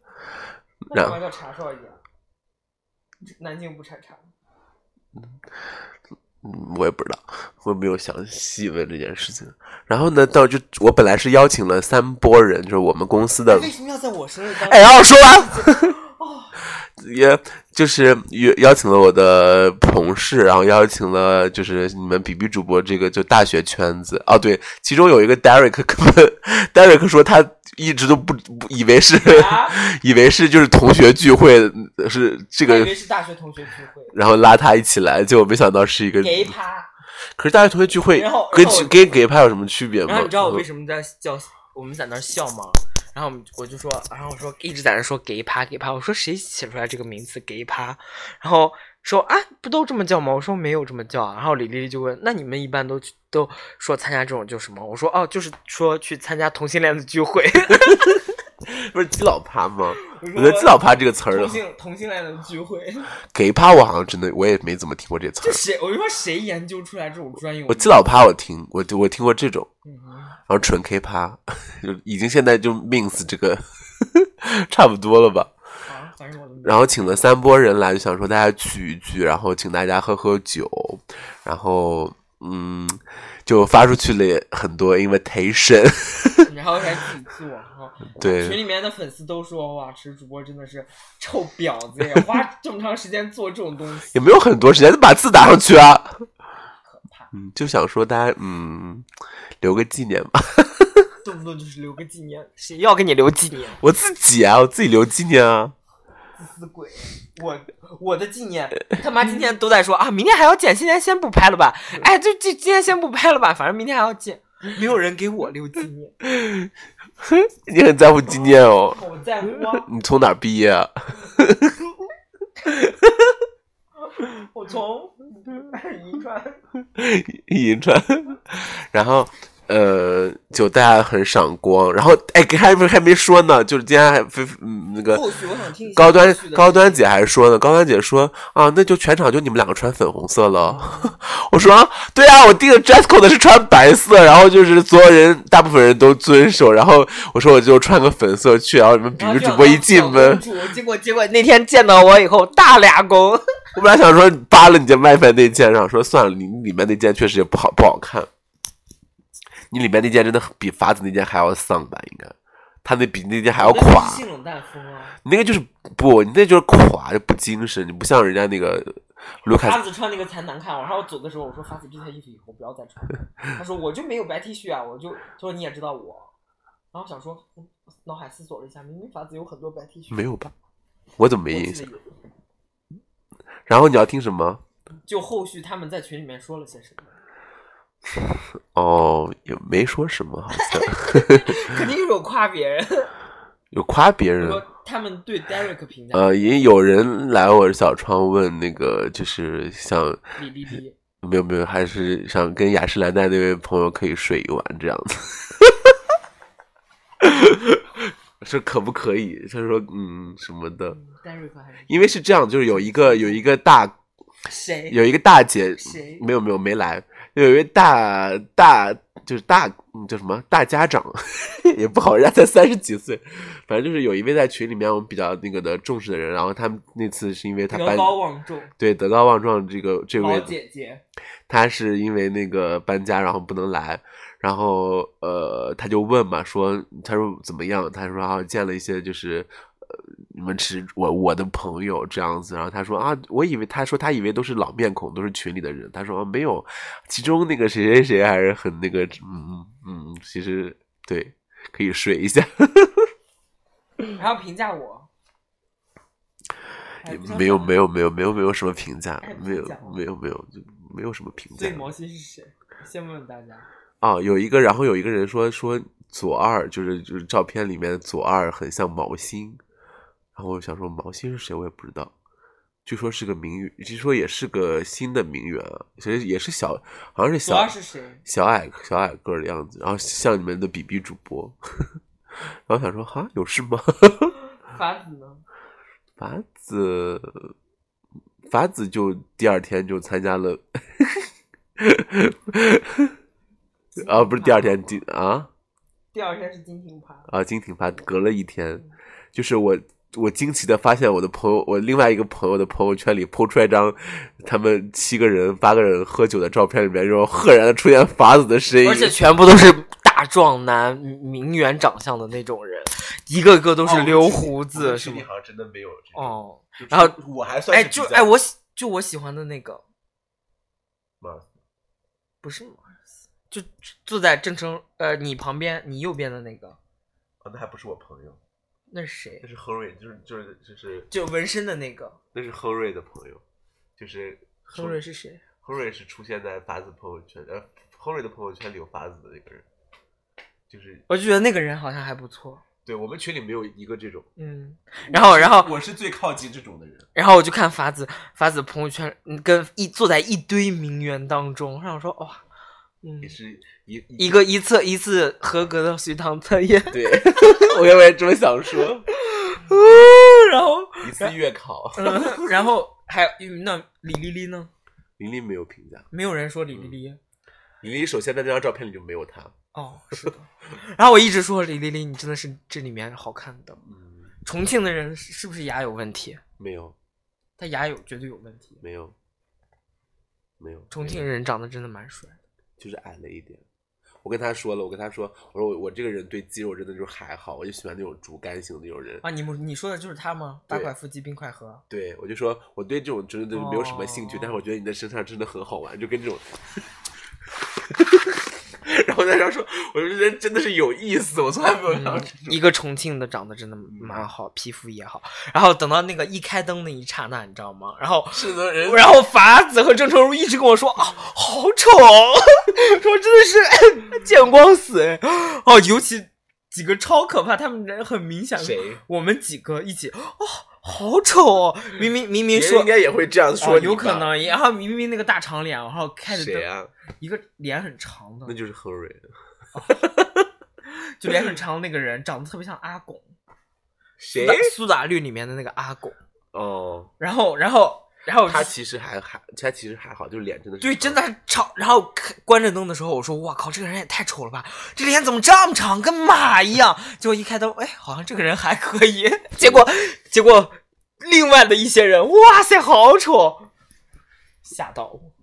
S2: 那
S3: 然
S2: 干嘛叫
S3: 后
S2: 茶少爷啊？南京不产茶，
S3: 嗯我也不知道，我没有详细问这件事情。然后呢，到就我本来是邀请了三波人，就是我们公司的
S2: 哎为什么要在我生日当
S3: 哎，
S2: 天？
S3: 让我说完。 也就是邀邀请了我的同事，然后邀请了就是你们比比主播这个就大学圈子哦，对，其中有一个 Derek 根本 Derek 说他一直都不不以为是、
S2: 啊
S3: 以为是就是同学聚会是 这
S2: 我以
S3: 个
S2: 为，是大学同学聚会
S3: 然后拉他一起来，结果没想到是一个。
S2: 给趴。
S3: 可是大学同学聚会
S2: 然后
S3: 跟
S2: 然后我
S3: 跟给派有什么区别吗？嗯
S6: 然后你知道我为什么在叫我们在那儿笑吗？然后我们我就说，然后我说一直在那说给趴给趴，我说谁写出来这个名字给趴？然后说啊，不都这么叫吗？我说没有这么叫啊。然后李丽丽就问，那你们一般都去都说参加这种叫什么？我说哦，就是说去参加同性恋的聚 会。
S3: 不是基佬趴吗？
S2: 如果
S3: 我觉得基佬趴这个词儿
S2: 同，性同性恋的聚会，
S3: 给趴我好像真的我也没怎么听过这词儿
S2: 这。谁？我就说谁研究出来这种专用
S3: 我
S2: 名？
S3: 基佬趴我听，我就我听过这种，
S2: 嗯
S3: 然后纯 K 趴，就已经现在就 mins 这个差不多了吧。
S2: 啊，反正我都没有
S3: 然后请了三波人来，就想说大家聚一聚，然后请大家喝喝酒，然后嗯，就发出去了很多 invitation，
S2: 然后还自己做哈。群
S3: 对，
S2: 里面的粉丝都说哇，池主播真的是臭婊子呀，花 这么长时间做这种东西，
S3: 也没有很多时间，就把字打上去啊。
S2: 可怕，
S3: 嗯，就想说大家嗯留个纪念吧，
S2: 动不动就是留个纪念，
S6: 谁要给你留纪念？
S3: 我自己啊，我自己留纪念啊。
S2: 自私鬼。 我我的纪念，
S3: 呃
S6: 他妈今天都在说啊，明天还要见，现在先不拍了吧。哎，就这今天先不拍了吧，反正明天还要 见。没有人给我留纪念，
S3: 你很在乎纪念哦，
S2: 我 在乎啊，
S3: 你从哪儿毕业、啊？
S2: 我从银川
S3: 银川，然后呃，就大家很赏光，然后哎，还没还没说呢，就是今天还非嗯那个
S2: 后续，我想听一下
S3: 高端
S2: 后续的
S3: 高端姐还说呢，高端姐说啊，那就全场就你们两个穿粉红色了。我说、啊对啊，我定的 dress code 是穿白色，然后就是所有人大部分人都遵守，然后我说我就穿个粉色去，然后你们比
S2: 然后
S3: 如
S2: 就
S3: 主
S2: 想
S3: 播一
S2: 当
S3: 进
S2: 小
S3: 门
S2: 公，主结果结果
S6: 那天见到我以后大俩工。
S3: 我本来想说扒了你家外面那件，然后说算了，你你里面那件确实也不好不好看。你里面那件真的比法子那件还要丧吧？应该，他那比那件还要 垮。
S2: 性冷淡风啊，
S3: 你那个就是不，你那就是垮，就不精神，你不像人家那个卢
S2: 发
S3: 卡
S2: 子穿那个才难看。然后我走的时候我说发子这件衣服以后不要再穿了，他说我就没有白 T 恤啊，我就他说你也知道我，然后想说嗯脑海思索了一下，明明发子有很多白 T 恤，
S3: 没有吧？我怎么没
S2: 我
S3: 印
S2: 记
S3: 象？
S2: 得有
S3: 然后你要听什么？
S2: 就后续他们在群里面说了些 什么，
S3: 哦，也没说什么，好像
S2: 肯定有夸别人，
S3: 有夸别人。
S2: 说他们
S3: 嗯
S2: 对 Derek 评价，
S3: 呃，也有人来我小窗问那个，就是想
S2: 哔哔哔，
S3: 没有没有，还是想跟雅诗兰黛那位朋友可以睡一晚这样子。 说可不可以？他说嗯什么的，
S2: 嗯，Derek 还是
S3: 因为是这样，就是有一个有一个大
S2: 谁？
S3: 有一个大姐
S2: 谁，
S3: 没有没有没来，有一位大大就是大嗯叫什么大家长， 也不好，人家才三十几岁，反正就是有一位在群里面我们比较那个的重视的人，然后他们那次是因为他
S2: 德
S3: 班
S2: 高望重，
S3: 对德高望重这个这
S2: 老
S3: 位
S2: 姐姐，
S3: 他是因为那个搬家然后不能来，然后呃他就问嘛说他说怎么样，他说啊见了一些就是。呃，你们是我我的朋友这样子，然后他说啊，我以为他说他以为都是老面孔，都是群里的人。他说啊，没有，其中那个谁谁谁还是很那个，嗯嗯嗯，其实对，可以睡一下。
S2: 然后评价我，哎不知道
S3: 没有没有没有没有没有什么评价
S2: 哎，
S3: 没有
S2: 讲吧
S3: 没有没有就没有什么评价
S2: 最。毛心是谁？先问问大家，
S3: 啊，有一个，然后有一个人说说左二，就是就是照片里面的左二很像毛心，然后我想说毛心是谁，我也不知道，据说是个名媛，据说也是个新的名媛啊，其实也是小，好像是
S2: 主
S3: 小
S2: 要是谁？
S3: 小矮小矮个儿的样子，然后像你们的 BB 主播， 然后想说哈有事吗？
S2: 法子呢？
S3: 法子，法子就第二天就参加了，啊，不是第二天，第啊。
S2: 第二天是金庭趴，
S3: 啊，金挺发隔了一天，就是我我惊奇的发现我的朋友，我另外一个朋友的朋友圈里抛出来一张他们七个人八个人喝酒的照片，里面然后赫然的出现法子的身影
S2: 而，且全部都是大壮男、名媛长相的那种人，一个个都是留胡子，是吗？
S3: 好像真的没有
S2: 哦，然后
S3: 我还
S2: 哎，就哎，我喜就我喜欢的那个，不是吗？就坐在郑成呃你旁边你右边的那个，
S3: 哦那还不是我朋友，
S2: 那是谁？
S3: 是亨瑞，就是就是就是
S2: 就纹身的那个，
S3: 那是亨瑞的朋友，就是
S2: 亨瑞是谁？
S3: 亨瑞是出现在法子朋友圈，呃，亨瑞的朋友圈里有法子的那个人，就是
S2: 我就觉得那个人好像还不错，
S3: 对我们群里没有一个这种。
S2: 嗯。然后，然后
S3: 我是最靠近这种的人。
S2: 然后我就看法子，法子朋友圈嗯跟一坐在一堆名媛当中，让我说哇，嗯
S3: 也，是一
S2: 一个一次一次合格的随堂测验，
S3: 对，我原本也这么想说，
S2: 呃然后
S3: 一次月 考。
S2: 嗯然 后还有嗯那李丽丽呢？
S3: 林林没有评价，
S2: 没有人说李丽丽、
S3: 林林首先在那张照片里就没有他。
S2: 哦，是的。然后我一直说李丽丽，你真的是这里面好看的。
S3: 嗯，
S2: 重庆的人是是不是牙有问题？
S3: 没有，
S2: 他牙有绝对有问题。
S3: 没有，没有。
S2: 重庆
S3: 没有
S2: 人长得真的蛮帅的，
S3: 就是矮了一点。我跟他说了，我跟他说，我说我我这个人对肌肉真的就是还好，我就喜欢那种竹竿型的那种人。
S2: 啊！你们你说的就是他吗？八
S3: 对
S2: 块腹肌冰块盒，
S3: 对，我就说我对这种真的没有什么兴趣，
S2: 哦
S3: 但是我觉得你的身上真的很好玩，就跟这种。然后在这说，我说人真的是有意思，我从来没有看到
S2: 嗯
S3: 这种。
S2: 一个重庆的长得真的蛮好，皮肤也好。然后等到那个一开灯那一刹那，你知道吗？然后
S3: 是的，人
S2: 然后法子和郑成儒一直跟我说啊，好丑，哦说真的是见光死哎。哦，尤其几个超可怕，他们人很明显。
S3: 谁
S2: 我们几个一起哦，好丑哦！明明明明
S3: 别人
S2: 说
S3: 应该也会这样说、
S2: 哦，有可。能。然后明明那个大长脸，然后开着灯，
S3: 谁啊？
S2: 一个脸很长的
S3: 那，就是 Henry，
S2: 就脸很长的那个人，长得特别像阿拱。
S3: 谁
S2: 苏打苏打绿里面的那个阿狗，
S3: 哦，
S2: 然后然后然后
S3: 他其实还还他其实还好，就是脸真的
S2: 哦
S3: 是
S2: 对真的很吵，然后看关着灯的时候，我说哇靠，这个人也太丑了吧，这脸怎么这么长，跟马一样？结果一开灯，哎，好像这个人还可以。 结果结果另外的一些人，哇塞，好丑，吓到我。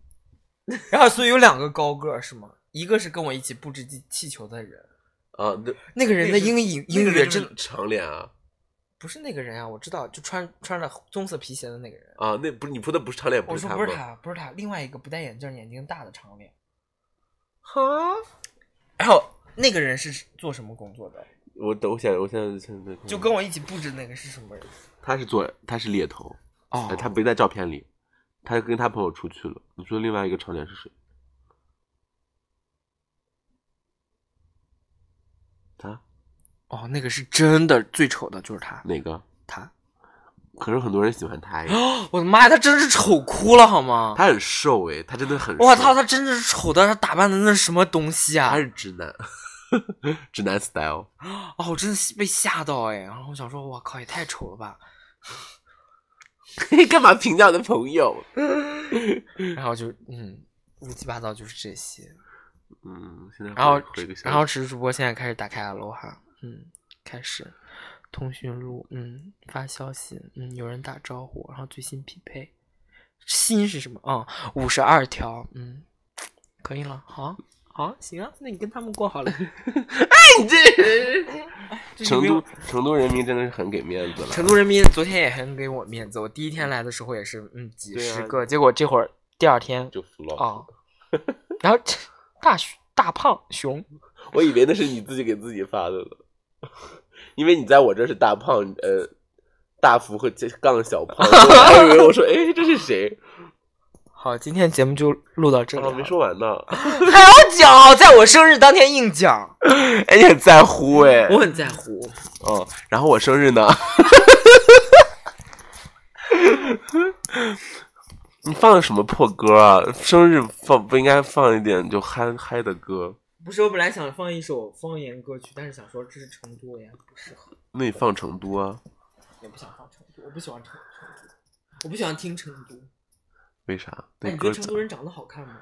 S2: 然后所以有两个高个儿是吗？一个是跟我一起布置气气球的人，
S3: 啊，那
S2: 那个人的
S3: 那个
S2: 英语
S3: 那
S2: 英
S3: 个
S2: 语
S3: 人就
S2: 真
S3: 是长脸啊，
S7: 不是那个人啊，我知道，就穿穿着棕色皮鞋的那个人。
S3: 啊，那不是你扑的不是长脸，
S7: 我
S3: 不是
S7: 说
S3: 他
S7: 不
S3: 吗
S7: 是？他，不是他，另外一个不戴眼镜、眼睛大的长脸。
S2: 哈，
S7: 然后那个人是做什么工作的？
S3: 我等我想，我现在现在
S7: 就跟我一起布置那个是什么人？
S3: 他是做他是猎头，
S7: 哦
S3: 呃他不在照片里，他跟他朋友出去了。你说另外一个长脸是谁？他
S2: 哦，那个是真的最丑的，就是他，
S3: 哪个？
S2: 他。哦
S3: 可是很多人喜欢他耶，
S2: 我的妈呀，他真是丑哭了好吗？
S3: 他很瘦哎，他真的很瘦。
S2: 我操，他真的是丑的，他打扮的那是什么东西啊
S3: 他！是直男， 直男 style。
S2: 哦，我真的被吓到哎，然后我想说，我靠，也太丑了吧！
S3: 干嘛评价我的朋友？
S2: 然后就嗯，乌七八糟就是这些。
S3: 嗯，现在
S2: 然后
S3: 回回个消息
S2: 然后只是主播现在开始打开 Aloha，嗯，开始通讯录，嗯，发消息，嗯，有人打招呼，然后最新匹配，新是什么啊？五十二条，嗯，可以了，好啊。好啊，行啊，那你跟他们过好了。 哎
S3: 你这人，
S2: 这是
S3: 哎成
S2: 没有
S3: 都成都人民真的是很给面子了。
S2: 成都人民昨天也很给我面子，我第一天来的时候也是，嗯，几
S3: 对啊
S2: 十个，结果这会儿第二天
S3: 就服了
S2: 啊， 然后这大熊大胖熊，
S3: 我以为那是你自己给自己发的呢，因为你在我这是大胖呃大福和杠小 胖，所以我还以为我说哎这是谁？
S7: 好，今天节目就录到这里
S3: 我
S7: 了。
S2: 啊
S3: 哦没说完呢。
S2: 还要讲，在我生日当天硬讲，
S3: 哎，你很在乎哎
S2: 我很在乎。
S3: 哦，然后我生日呢？ 你放的什么破歌啊？生日放不应该放一点就嗨嗨的歌？
S7: 不是，我本来想放一首方言歌曲，但是想说这是成都，我也不适合，
S3: 那你放成都啊？
S7: 也不想放成都，我不喜欢成成都，我不喜欢听成都。
S3: 为啥？
S7: 哎，
S3: 那
S7: 你觉
S3: 歌
S7: 得
S3: 咋
S7: 成？都人长得好看吗？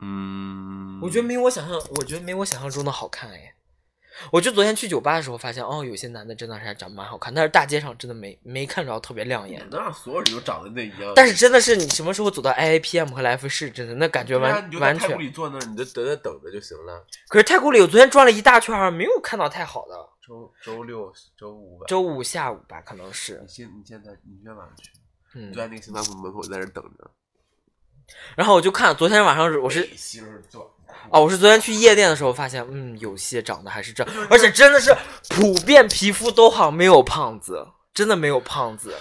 S3: 嗯，
S7: 我觉得没我想象，我觉得没我想象中的好看哎。我就昨天去酒吧的时候发现，哦，有些男的真的是长得蛮好看，但是大街上真的没没看着特别亮眼的。
S3: 能让所有人都长得那一样
S2: 但是真的是你什么时候走到 IAPM 和莱福士，真的那感觉
S3: 对啊
S2: 完
S3: 你就在
S2: 完
S3: 太
S2: 全
S3: 古。里坐那儿，你就等着等着就行了。
S2: 可是太古里，我昨天转了一大圈儿，没有看到太好的。
S3: 周周六、周五吧。
S2: 周五下午吧，可能是
S3: 你，现你现在你今天晚上去，
S2: 嗯
S3: 就。在那个星巴克门口在那儿等着。
S2: 然后我就看昨天晚上是我
S3: 我
S2: 是
S3: 媳妇坐，
S2: 哦，我是昨天去夜店的时候发现，嗯，有些长得还是这样，而且真的是普遍皮肤都好，没有胖子，真的没有胖子。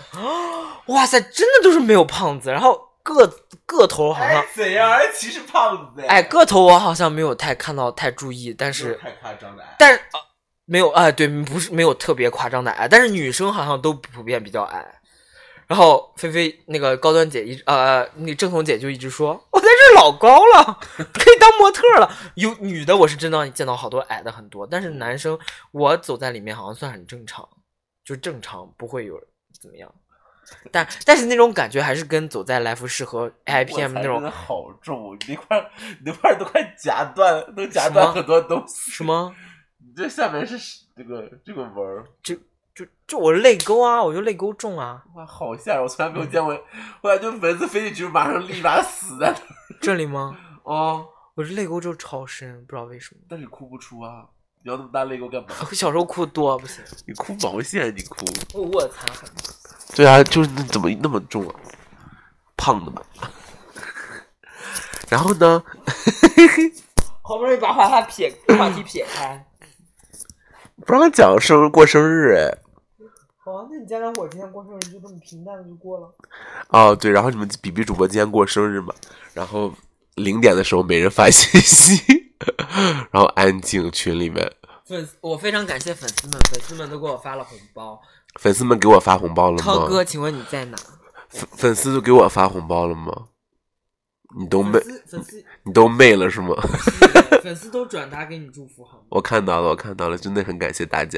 S2: 哇塞，真的都是没有胖子。然后个个头好像，
S3: 怎样？哎其实胖子
S2: 哎，个头我好像没有太看到太注意，但是
S3: 太夸张了。哎
S2: 但是、啊没有啊、对，不是没有特别夸张的矮，但是女生好像都普遍比较矮。然后菲菲那个高端姐一直呃，那个郑彤姐就一直说，我在这儿老高了， 可以当模特了。有女的我是真的见到好多矮的很多，但是男生我走在里面好像算很正常，就正常不会有怎么样。但但是那种感觉还是跟走在来福士和 IPM 哎那种
S3: 好重，你那块你那块都快夹断，能夹
S2: 断什么很
S3: 很多东西。
S2: 什？么
S3: 你这下面是这个这个纹
S2: 就就我泪沟啊，我就泪沟重啊。
S3: 哇，好吓人！我从来没有见过，我感觉蚊子飞进去马上立马死在那。
S2: 这里吗？
S3: 哦，
S2: 我这泪沟就超深，不知道为什么。
S3: 但是哭不出啊，你要那么大泪沟干嘛？
S2: 我小时候哭多啊不行，
S3: 你哭毛线，你哭。
S2: 我卧蚕很
S3: 对啊，就是那怎么那么重啊？胖的吧。 然后呢？
S2: 好不容易把话题撇话题撇开。
S3: 不让讲生过生日哎。
S2: 好、啊，那你讲讲我今天过生日就这么平淡的就过了。
S3: 哦，对，然后你们比比主播今天过生日嘛，然后零点的时候没人发信息， 然后安静群里面，
S2: 粉丝，我非常感谢粉丝们，粉丝们都给我发了红包。
S3: 粉丝们给我发红包了
S2: 涛
S3: 吗？
S2: 哥，请问你在哪？
S3: 粉粉丝都给我发红包了吗？你都没
S2: 粉丝粉 丝
S3: 你都没了嗯是吗？
S2: 粉丝都转达给你祝福好吗？
S3: 我看到了，我看到了，真的很感谢大家，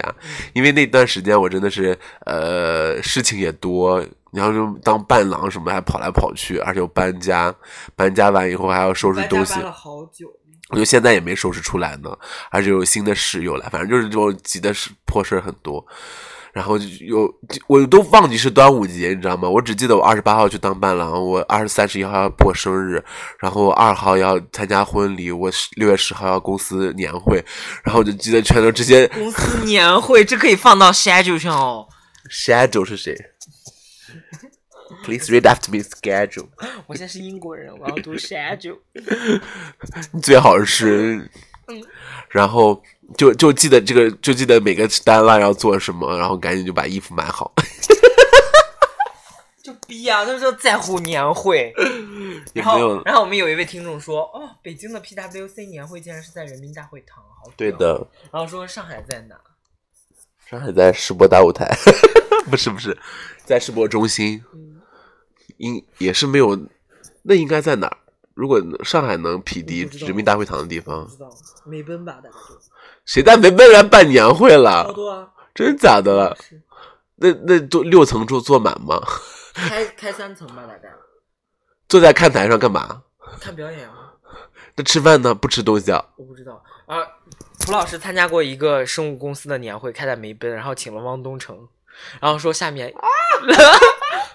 S3: 因为那段时间我真的是呃事情也多，然后就当伴郎什么还跑来跑去，而且我搬家，搬家完以后还要收拾
S2: 搬
S3: 东
S2: 家
S3: 西
S2: 搬，了好 久，
S3: 我就现在也没收拾出来呢，而且有新的室友来，反正就是这种急的事破事儿很多。然后就有，就我都忘记是端午节，你知道吗？我只记得我二十八号去当伴郎，我二十三十一号要过生日，然后二号要参加婚礼，我六月十号要公司年会，然后我就记得全都这些
S2: 公司年会这可以放到 schedule 上哦。
S3: Schedule 是谁？Please read after me schedule。
S2: 我现在是英国人，我要读 schedule。
S3: 最好是，然后就就记得这个，就记得每个单拉要做什么，然后赶紧就把衣服买好，
S2: 就逼啊，他说在乎年会。
S3: 也
S2: 然
S3: 没
S2: 后
S3: 有，
S2: 然后我们有一位听众说，哦，北京的 PWC 年会竟然是在人民大会堂，好屌
S3: 对。的。
S2: 然后说上海在哪？
S3: 上海在世博大舞台，不是不是，在世博中心，应也是没有，那应该在哪儿？如果上海能匹敌
S6: 不知道
S3: 人民大会堂的地方
S2: 嗯
S6: 不，知道美奔吧，大概就
S3: 谁在没被人办年会
S6: 好
S3: 了？
S2: 哦
S6: 多啊，
S3: 真假的了？
S6: 是
S3: 那那坐六层坐坐满吗？
S6: 开开三层吧，大概
S3: 坐在看台上干嘛？
S6: 看表演啊，
S3: 那吃饭呢？不吃东西啊？
S6: 我不知道，
S2: 啊，涂老师参加过一个生物公司的年会，开在梅奔，然后请了汪东城，然后说下 面、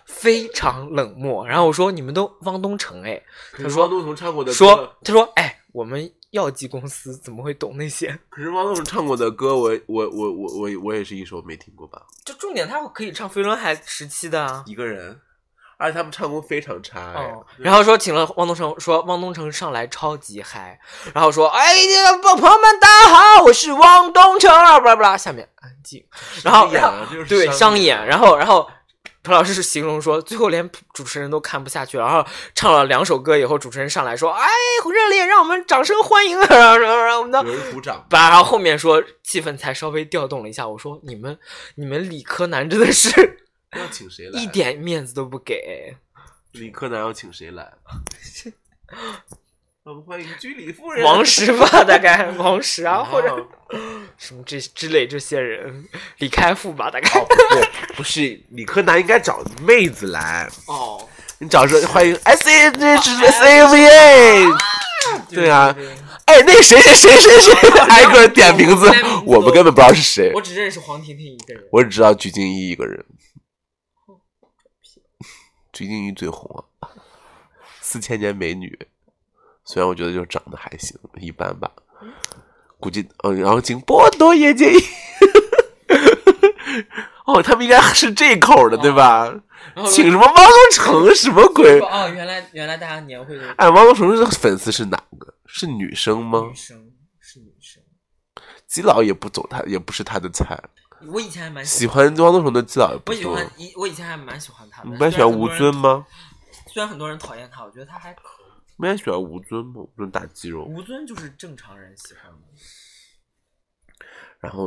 S2: 非常冷漠，然后我说你们都汪东城哎，
S3: 可是汪东城唱过的
S2: 说他说哎我们药剂公司怎么会懂那些？
S3: 可是汪东城唱过的歌，我我我我我我也是一首没听过吧？
S2: 就重点他可以唱飞轮海时期的啊。
S3: 一个人，而且他们唱功非常差哎
S2: 哦，然后说请了汪东城，说汪东城上来超级嗨，然后说哎，这个朋友们大家好，我是汪东城，啊不啦不啦，下面安静，然后
S3: 商
S2: 然
S3: 演啊
S2: 后
S3: 这就是
S2: 对
S3: 商
S2: 商
S3: 演
S2: 演，然后然后。涂老师是形容说，最后连主持人都看不下去了，然后唱了两首歌以后，主持人上来说：“哎，热烈，让我们掌声欢迎！”然 后，然后，然后我们的
S3: 有人鼓掌。
S2: 吧，然后后面说气氛才稍微调动了一下。我说：“你们，你们理科男真的 是
S3: 要请谁来？
S2: 一点面子都不给。”
S3: 理科男要请谁来？我们欢迎居里夫 人。
S2: 王石吧，大 概王石啊，
S3: 哦
S2: 或者什么这之类这些人，李开复吧，大概。
S3: 哦，不对，不是理科男应该找妹子来。
S6: 哦，
S3: 你找说欢 迎 S H S A V A。对啊，哎，那谁谁谁谁 谁挨个点哎名 字
S2: 我们，
S3: 我们根本不知道是谁。
S2: 我只认识黄婷婷一个人，
S3: 我只知道鞠婧祎一个人。鞠婧祎最红啊，四千年美女。虽然我觉得就长得还行，一般吧。估计嗯，然后请波多野结衣。 哦，他们应该是这口的对吧？
S2: 然后
S3: 请什么汪东城什么鬼
S2: 说？哦，原来原来大家年会的
S3: 哎，汪东城的粉丝是哪个？是女生吗
S2: 女？生是女生，
S3: 基佬也不走他，也不是他的菜。
S2: 我以前还蛮喜
S3: 喜欢汪东城的基佬也
S2: 我
S3: 不
S2: 喜
S3: 多。
S2: 欢一我以前还蛮喜欢他的，
S3: 你蛮喜欢吴尊吗？
S2: 虽然很多人讨厌他，我觉得他还可以。
S3: 没人喜欢吴尊嘛，吴尊大肌肉，
S2: 吴尊就是正常人喜欢的，
S3: 然后，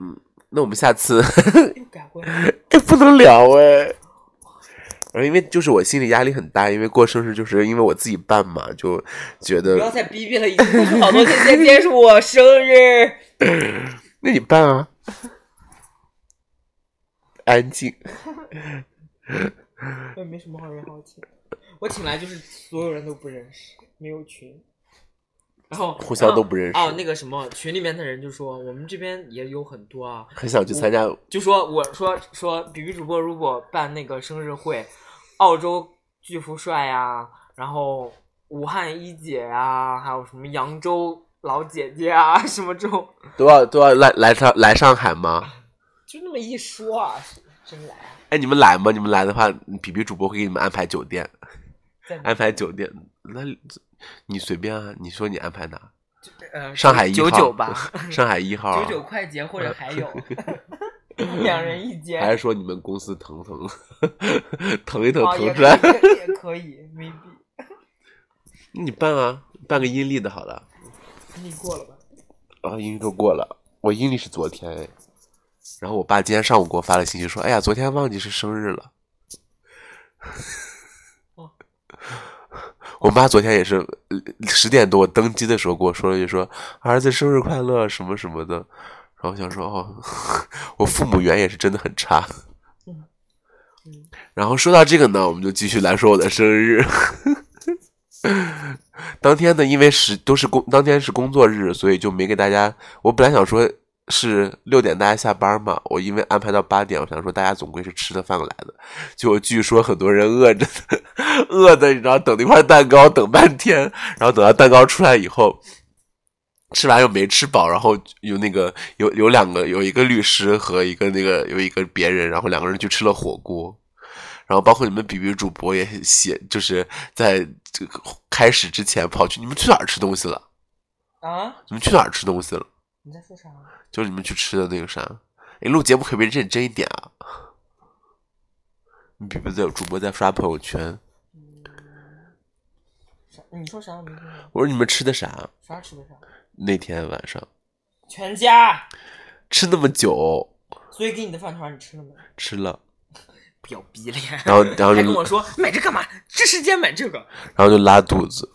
S3: 嗯，那我们下次
S2: 又 改过来。
S3: 哎不能聊哎，然后因为就是我心里压力很大，因为过生日就是因为我自己办嘛，就觉
S2: 不要
S3: 得
S2: 再逼逼了，已经过去好多天，今天是我生日。
S3: 那你办啊，安静，
S2: 我也没什么好人好请，我请来就是所有人都不认识，没有群，然后
S3: 互相都不认识
S2: 然后哦，那个什么群里面的人就说我们这边也有很多啊，
S3: 很想去参加，
S2: 就说我说说比比主播如果办那个生日会，澳洲巨富帅啊，然后武汉一姐啊，还有什么扬州老姐姐啊，什么这种，
S3: 都要都要来来上来上海吗？
S2: 就那么一说啊，真来啊，
S3: 哎，你们来吗？你们来的话，比比主播会给你们安排酒店，
S2: 在哪
S3: 安排酒店，那你随便啊，你说你安排哪？
S2: 呃
S3: 上海一
S2: 九
S3: 号
S2: 九 吧，
S3: 上海一号啊、
S2: 九九快捷或者还 有两人一间
S3: 还是说你们公司腾腾 腾一腾
S2: 啊，
S3: 腾
S2: 也
S3: 出
S2: 可
S3: 来？
S2: 以，也可以，maybe
S3: 那你办啊，办个阴历的好了。
S2: 你过了吧？
S3: 啊，阴历都过了，我阴历是昨天哎。然后我爸今天上午给我发了信息说：“哎呀，昨天忘记是生日了。
S2: 哦”
S3: 我妈昨天也是呃十点多我登机的时候跟我说了一句说：“儿子生日快乐什么什么的。”然后我想说哦， 我父母缘也是真的很差。然后说到这个呢，我们就继续来说我的生日。当天呢，因为是都是工，当天是工作日，所以就没给大家。我本来想说是六点大家下班嘛，我因为安排到八点，我想说大家总归是吃了饭来的。结果据说很多人饿着，饿的你知道等那块蛋糕等半天，然后等到蛋糕出来以后，吃完又没吃饱，然后有那个有有两个有一个律师和一个那个有一个别人，然后两个人去吃了火锅。然后包括你们比比主播也写，就是在这个开始之前跑去，你们去哪儿吃东西了？
S2: 啊？
S3: 你们去哪儿吃东西了？
S2: 你在说啥？
S3: 就是你们去吃的那个啥。哎，录节目可不可以认真一点啊？你比比在主播在刷朋友圈，
S2: 啥？你说啥？我没听懂。
S3: 我说你们吃的啥？
S2: 啥吃的啥？
S3: 那天晚上
S2: 全家。
S3: 吃那么久，
S2: 所以给你的饭团你吃了没？
S3: 吃了，
S6: 不要逼脸，
S3: 然后然后
S6: 还跟
S3: 就
S6: 我说买这干嘛？这时间买这个，
S3: 然后就拉肚子，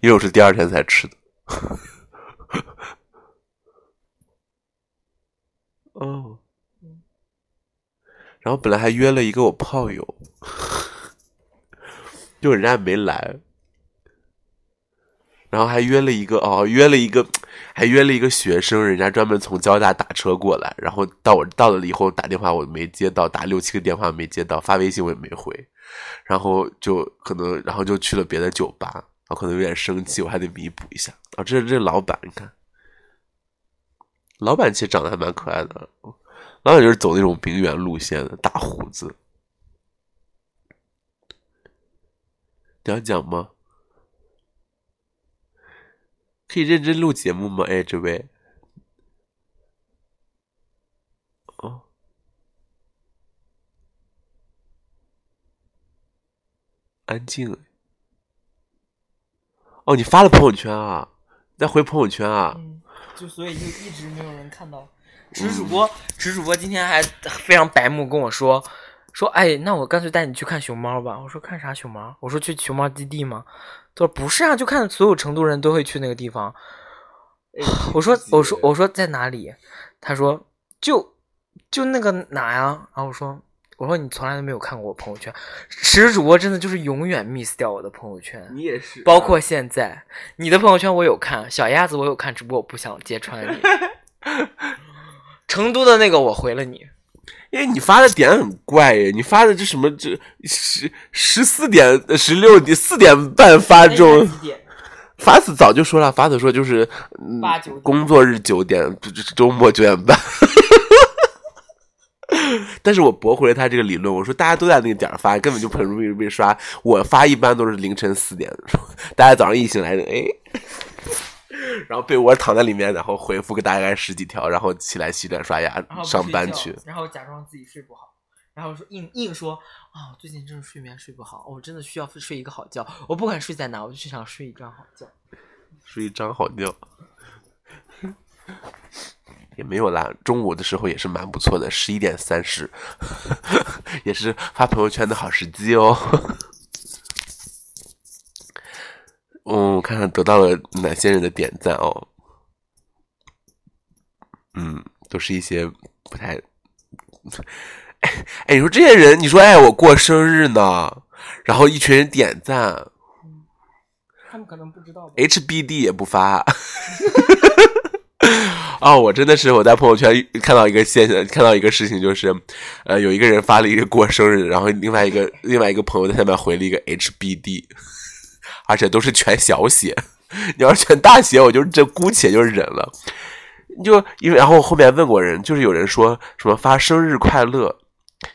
S3: 因为我是第二天才吃的。哦，然后本来还约了一个我炮友，就人家没来，然后还约了一个哦，约了一个，还约了一个学生，人家专门从交大打车过来，然后到我到了以后打电话我没接到，打六七个电话没接到，发微信我也没回，然后就可能，然后就去了别的酒吧，然后可能有点生气，我还得弥补一下。啊，这这老板，你看，老板其实长得还蛮可爱的，啊老板就是走那种名媛路线的，大胡子。你要讲吗？可以认真录节目吗？哎，这位，哦，安静哎。哦，你发了朋友圈啊？你在回朋友圈啊？
S2: 嗯，就所以就一直没有人看到。嗯池主播，池主播今天还非常白目跟我说，说哎，那我干脆带你去看熊猫吧。我说看啥熊猫？我说去熊猫基地吗？他说不是啊，就看所有成都人都会去那个地方。嗯我说我说我说在哪里？他说就就那个哪呀、然后我说我说你从来都没有看过我朋友圈，池主播真的就是永远 miss 掉我的朋友圈。
S6: 你也是
S2: 包括现在，你的朋友圈我有看，小鸭子我有看，只不过我不想揭穿 你。成都的那个我回了你，
S3: 因哎为你发的点很怪耶，你发的这什么这十十四点十六点四点半
S2: 哎
S3: 发这种，法子早就说了，法子说就是嗯
S2: 八九点
S3: 工作日九点，就就周末九点半。 但是我驳回了他这个理论，我说大家都在那个点儿发，根本就很容易被刷。我发一般都是凌晨四点， 大家早上一醒来，哎， 然后被窝躺在里面，然后回复个大概十几条，然后起来洗脸刷牙上班去。
S2: 然后假装自己睡不好，然后说硬硬说啊，我最近真的睡眠睡不好，我真的需要睡一个好觉，我不管睡在哪，我就想睡一张好觉。
S3: 睡一张好觉，也没有啦。中午的时候也是蛮不错的，十一点三十， 也是发朋友圈的好时机哦。嗯，我看看得到了哪些人的点赞哦。嗯，都是一些不太……哎哎，你说这些人，你说哎，我过生日呢，然后一群人点赞。
S2: 他们可能不知道吧？
S3: 哎 HBD 也不发。 哦，我真的是我在朋友圈看到一个现象，看到一个事情，就是，呃，有一个人发了一个过生日，然后另外一个另外一个朋友在下面回了一个 HBD，而且都是全小写。 你要是全大写，我就这姑且就忍了。就因为然后后面问过人，就是有人说什么发生日快乐，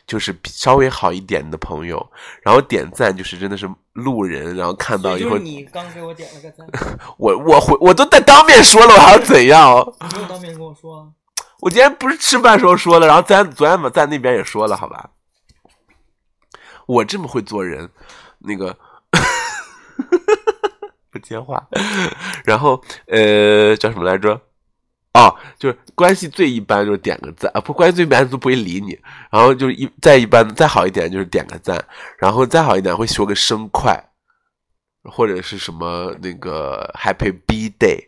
S3: 就是比稍微好一点的朋友，然后点赞就是真的是路人，然后看到以
S2: 就
S3: 后
S2: 是你刚给我点了个 赞，
S3: 我我回我都在当面说了，我还要怎样？
S2: 你没有当面跟我说 啊。
S3: 我今天不是吃饭时候说的，然后咱昨天嘛在那边也说了，好吧？我这么会做人，那个 不接话，然后呃叫什么来着？哦，就是关系最一般就是点个赞啊，不关系最一般都不会理你，然后就是一再一般再好一点就是点个赞，然后再好一点会说个生快，或者是什么那个 Happy B Day，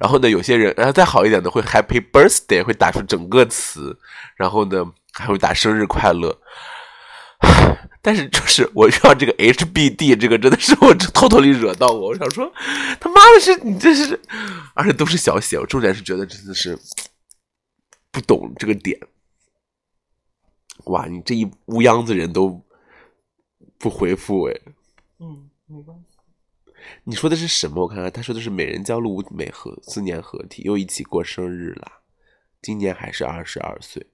S3: 然 后呢，有些人，然后再好一点的会 Happy Birthday，会打出整个词，然后呢还会打生日快乐。 但是就是我遇到这个 HBD 这个真的是我偷偷里惹到我，我想说他妈的是你这是，而且都是小写，我重点是觉得真的是不懂这个点。哇，你这一乌泱子人都不回复哎，
S2: 嗯，没关系。
S3: 你说的是什么？我看看，他说的是美人蕉露美和四年合体，又一起过生日啦。今年还是二十二岁。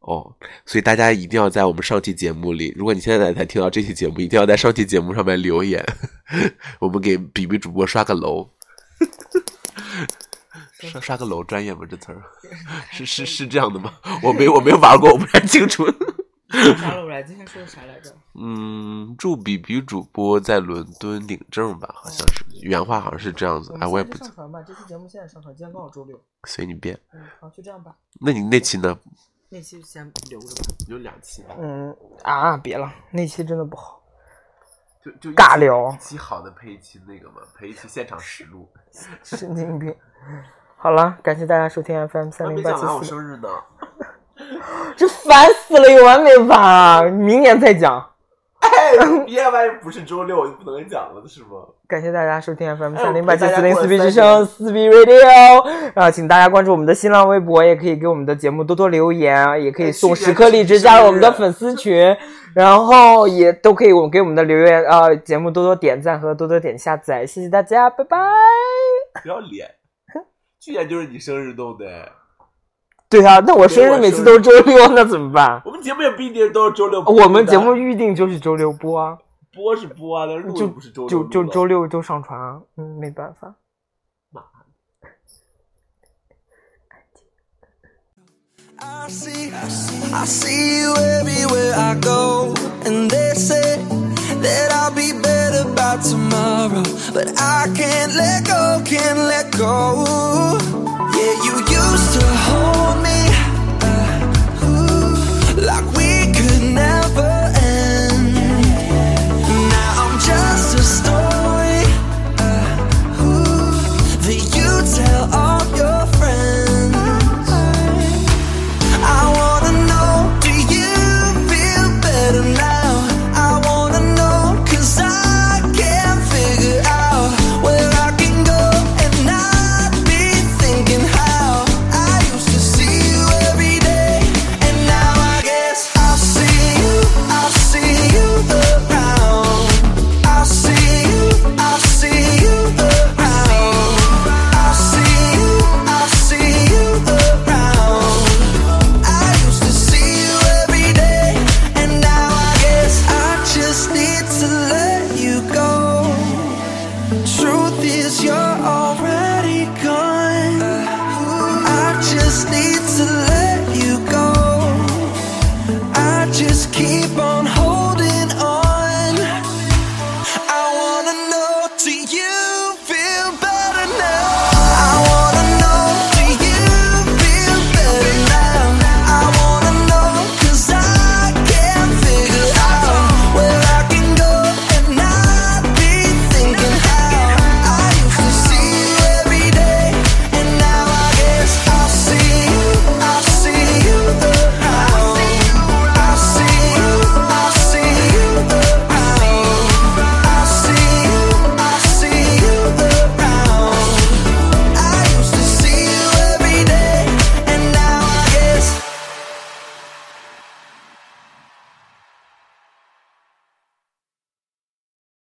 S3: 哦，所以大家一定要在我们上期节目里，如果你现在才听到这期节目，一定要在上期节目上面留言， 我们给比比主播刷个楼，刷刷个楼专业吗？这词儿是是是这样的吗？我没我没有玩过，我不太清楚。
S2: 啥了？我今天说的啥来着？
S3: 嗯，祝比比主播在伦敦领证吧，好像
S2: 哦
S3: 是原话，好像是这样子。哎，我也不
S2: 上传吧，这期节目现在上传，今天刚好周六。
S3: 随你便。
S2: 嗯，好，就这样吧，
S3: 那你那期呢？
S2: 那期就先留着吧。
S3: 有两期吧，
S2: 嗯啊，别了，那期真的不好，
S3: 就就
S2: 尬聊，
S3: 期好的配一期那个嘛，配一期现场实录。
S2: 神经病。好了，感谢大家收听 FM
S3: 啊
S2: 三零八七四，
S3: 日呢，
S2: 这烦死了，有完没完啊？明年再讲。
S3: 夜晚不是周六就不能讲了是吗？
S2: 感谢大家收听 FM
S3: 哎
S2: 三
S3: 我
S2: 零八
S3: 陪
S2: 七
S3: 大家
S2: 四零
S3: 过
S2: 四
S3: 了
S2: B 之
S3: 30
S2: 声四 B Radio，然后请大家关注我们的新浪微博，也可以给我们的节目多多留言，也可以
S3: 哎
S2: 送
S3: 去
S2: 十
S3: 年
S2: 颗
S3: 是
S2: 荔枝
S3: 生
S2: 加入我们的
S3: 日
S2: 粉丝群，然后也都可以我们给我们的留言呃节目多多点赞和多多点下载，谢谢大家，拜拜。
S3: 不 要脸，去年就是你生日弄的，
S2: 对啊，那我生日
S3: 我
S2: 每次
S3: 生日
S2: 都是周六，那怎么办？
S3: 我们节目也不一定都是周六播的。
S2: 哦我们节目预定就是周六播啊，
S3: 播是播啊，但是录
S2: 就
S3: 不是周六
S2: 就
S3: 录
S2: 就
S3: 了
S2: 周六就上传啊，嗯，没办法。
S1: I see, I see you everywhere I go, and they say that I'll be better by tomorrow, but I can't let go, can't let go. Yeah, you used to hold me uh, uh,